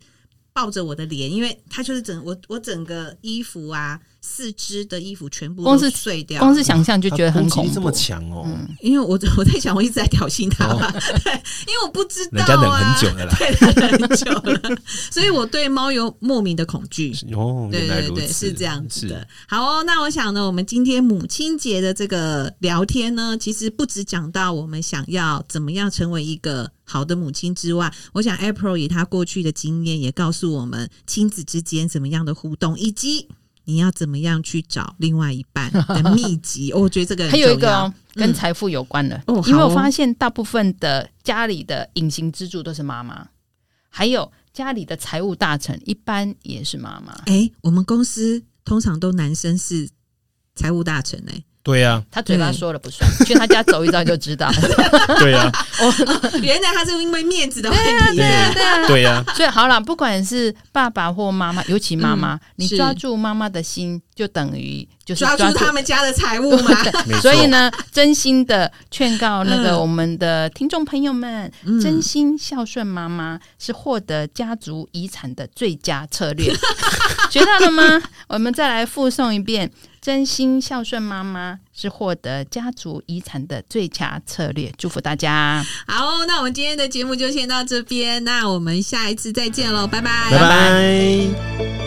S1: 抱着我的脸，因为它就是整我我整个衣服啊，四肢的衣服全部
S3: 光
S1: 都
S3: 是
S1: 碎掉了，
S3: 光是想象就觉得很
S2: 它攻击
S3: 恐
S2: 力这
S3: 怖
S2: 么。强哦，
S3: 嗯，
S1: 因为我 (laughs) 我在想，我一直在挑衅他吧，对， (laughs) 因为我不知道、啊，
S2: 人家忍很久了啦
S1: 对，忍很久了，所以我对猫有莫名的恐惧。
S2: 哦，
S1: 对
S2: 原来
S1: 对
S2: 如
S1: 对，
S2: 此，
S1: 是这样子
S2: 是
S1: 的。好哦，那我想呢，我们今天母亲节的这个聊天呢，其实不只讲到我们想要怎么样成为一个好的母亲之外，我想 April 以她过去的经验，也告诉我们亲子之间怎么样的互动，以及你要怎么样去找另外一半
S2: (laughs)
S1: 的秘籍。哦我觉得这个很
S3: 还有一
S1: 重
S3: 个、
S1: 要
S3: 哦、跟
S1: 嗯
S3: 财富有关的，
S1: 哦
S3: 因为
S1: 好
S3: 我
S1: 哦
S3: 发现大部分的家里的隐形支柱都是妈妈，还有家里的财务大臣一般也是妈妈，
S1: 哎、我们公司通常都男生是财务大臣哎、
S2: 对啊呀，
S3: 他嘴巴
S1: 对
S3: 说了不算，去他家走一遭就
S1: (laughs)
S3: 知道了。
S2: 对呀，
S1: 原来他是因为面子的问
S3: 啊
S1: 题。
S2: 对对啊呀，
S3: 所以好了，不管是爸爸或妈妈，尤其妈妈，你
S1: 嗯是
S3: 抓住妈妈的心，就等于就是
S1: 抓住他们家的财务嘛，
S2: 没错
S3: 所以呢，真心的劝告那个
S1: 嗯
S3: 我们的听众朋友们，
S1: 嗯
S3: 真心孝顺妈妈是获得家族遗产的最佳策略。 (laughs) 学到了吗？我们再来复诵一遍：真心孝顺妈妈是获得家族遗产的最佳策略。祝福大家，
S1: 好哦、那我们今天的节目就先到这边，那我们下一次再见喽，拜拜
S2: 拜拜。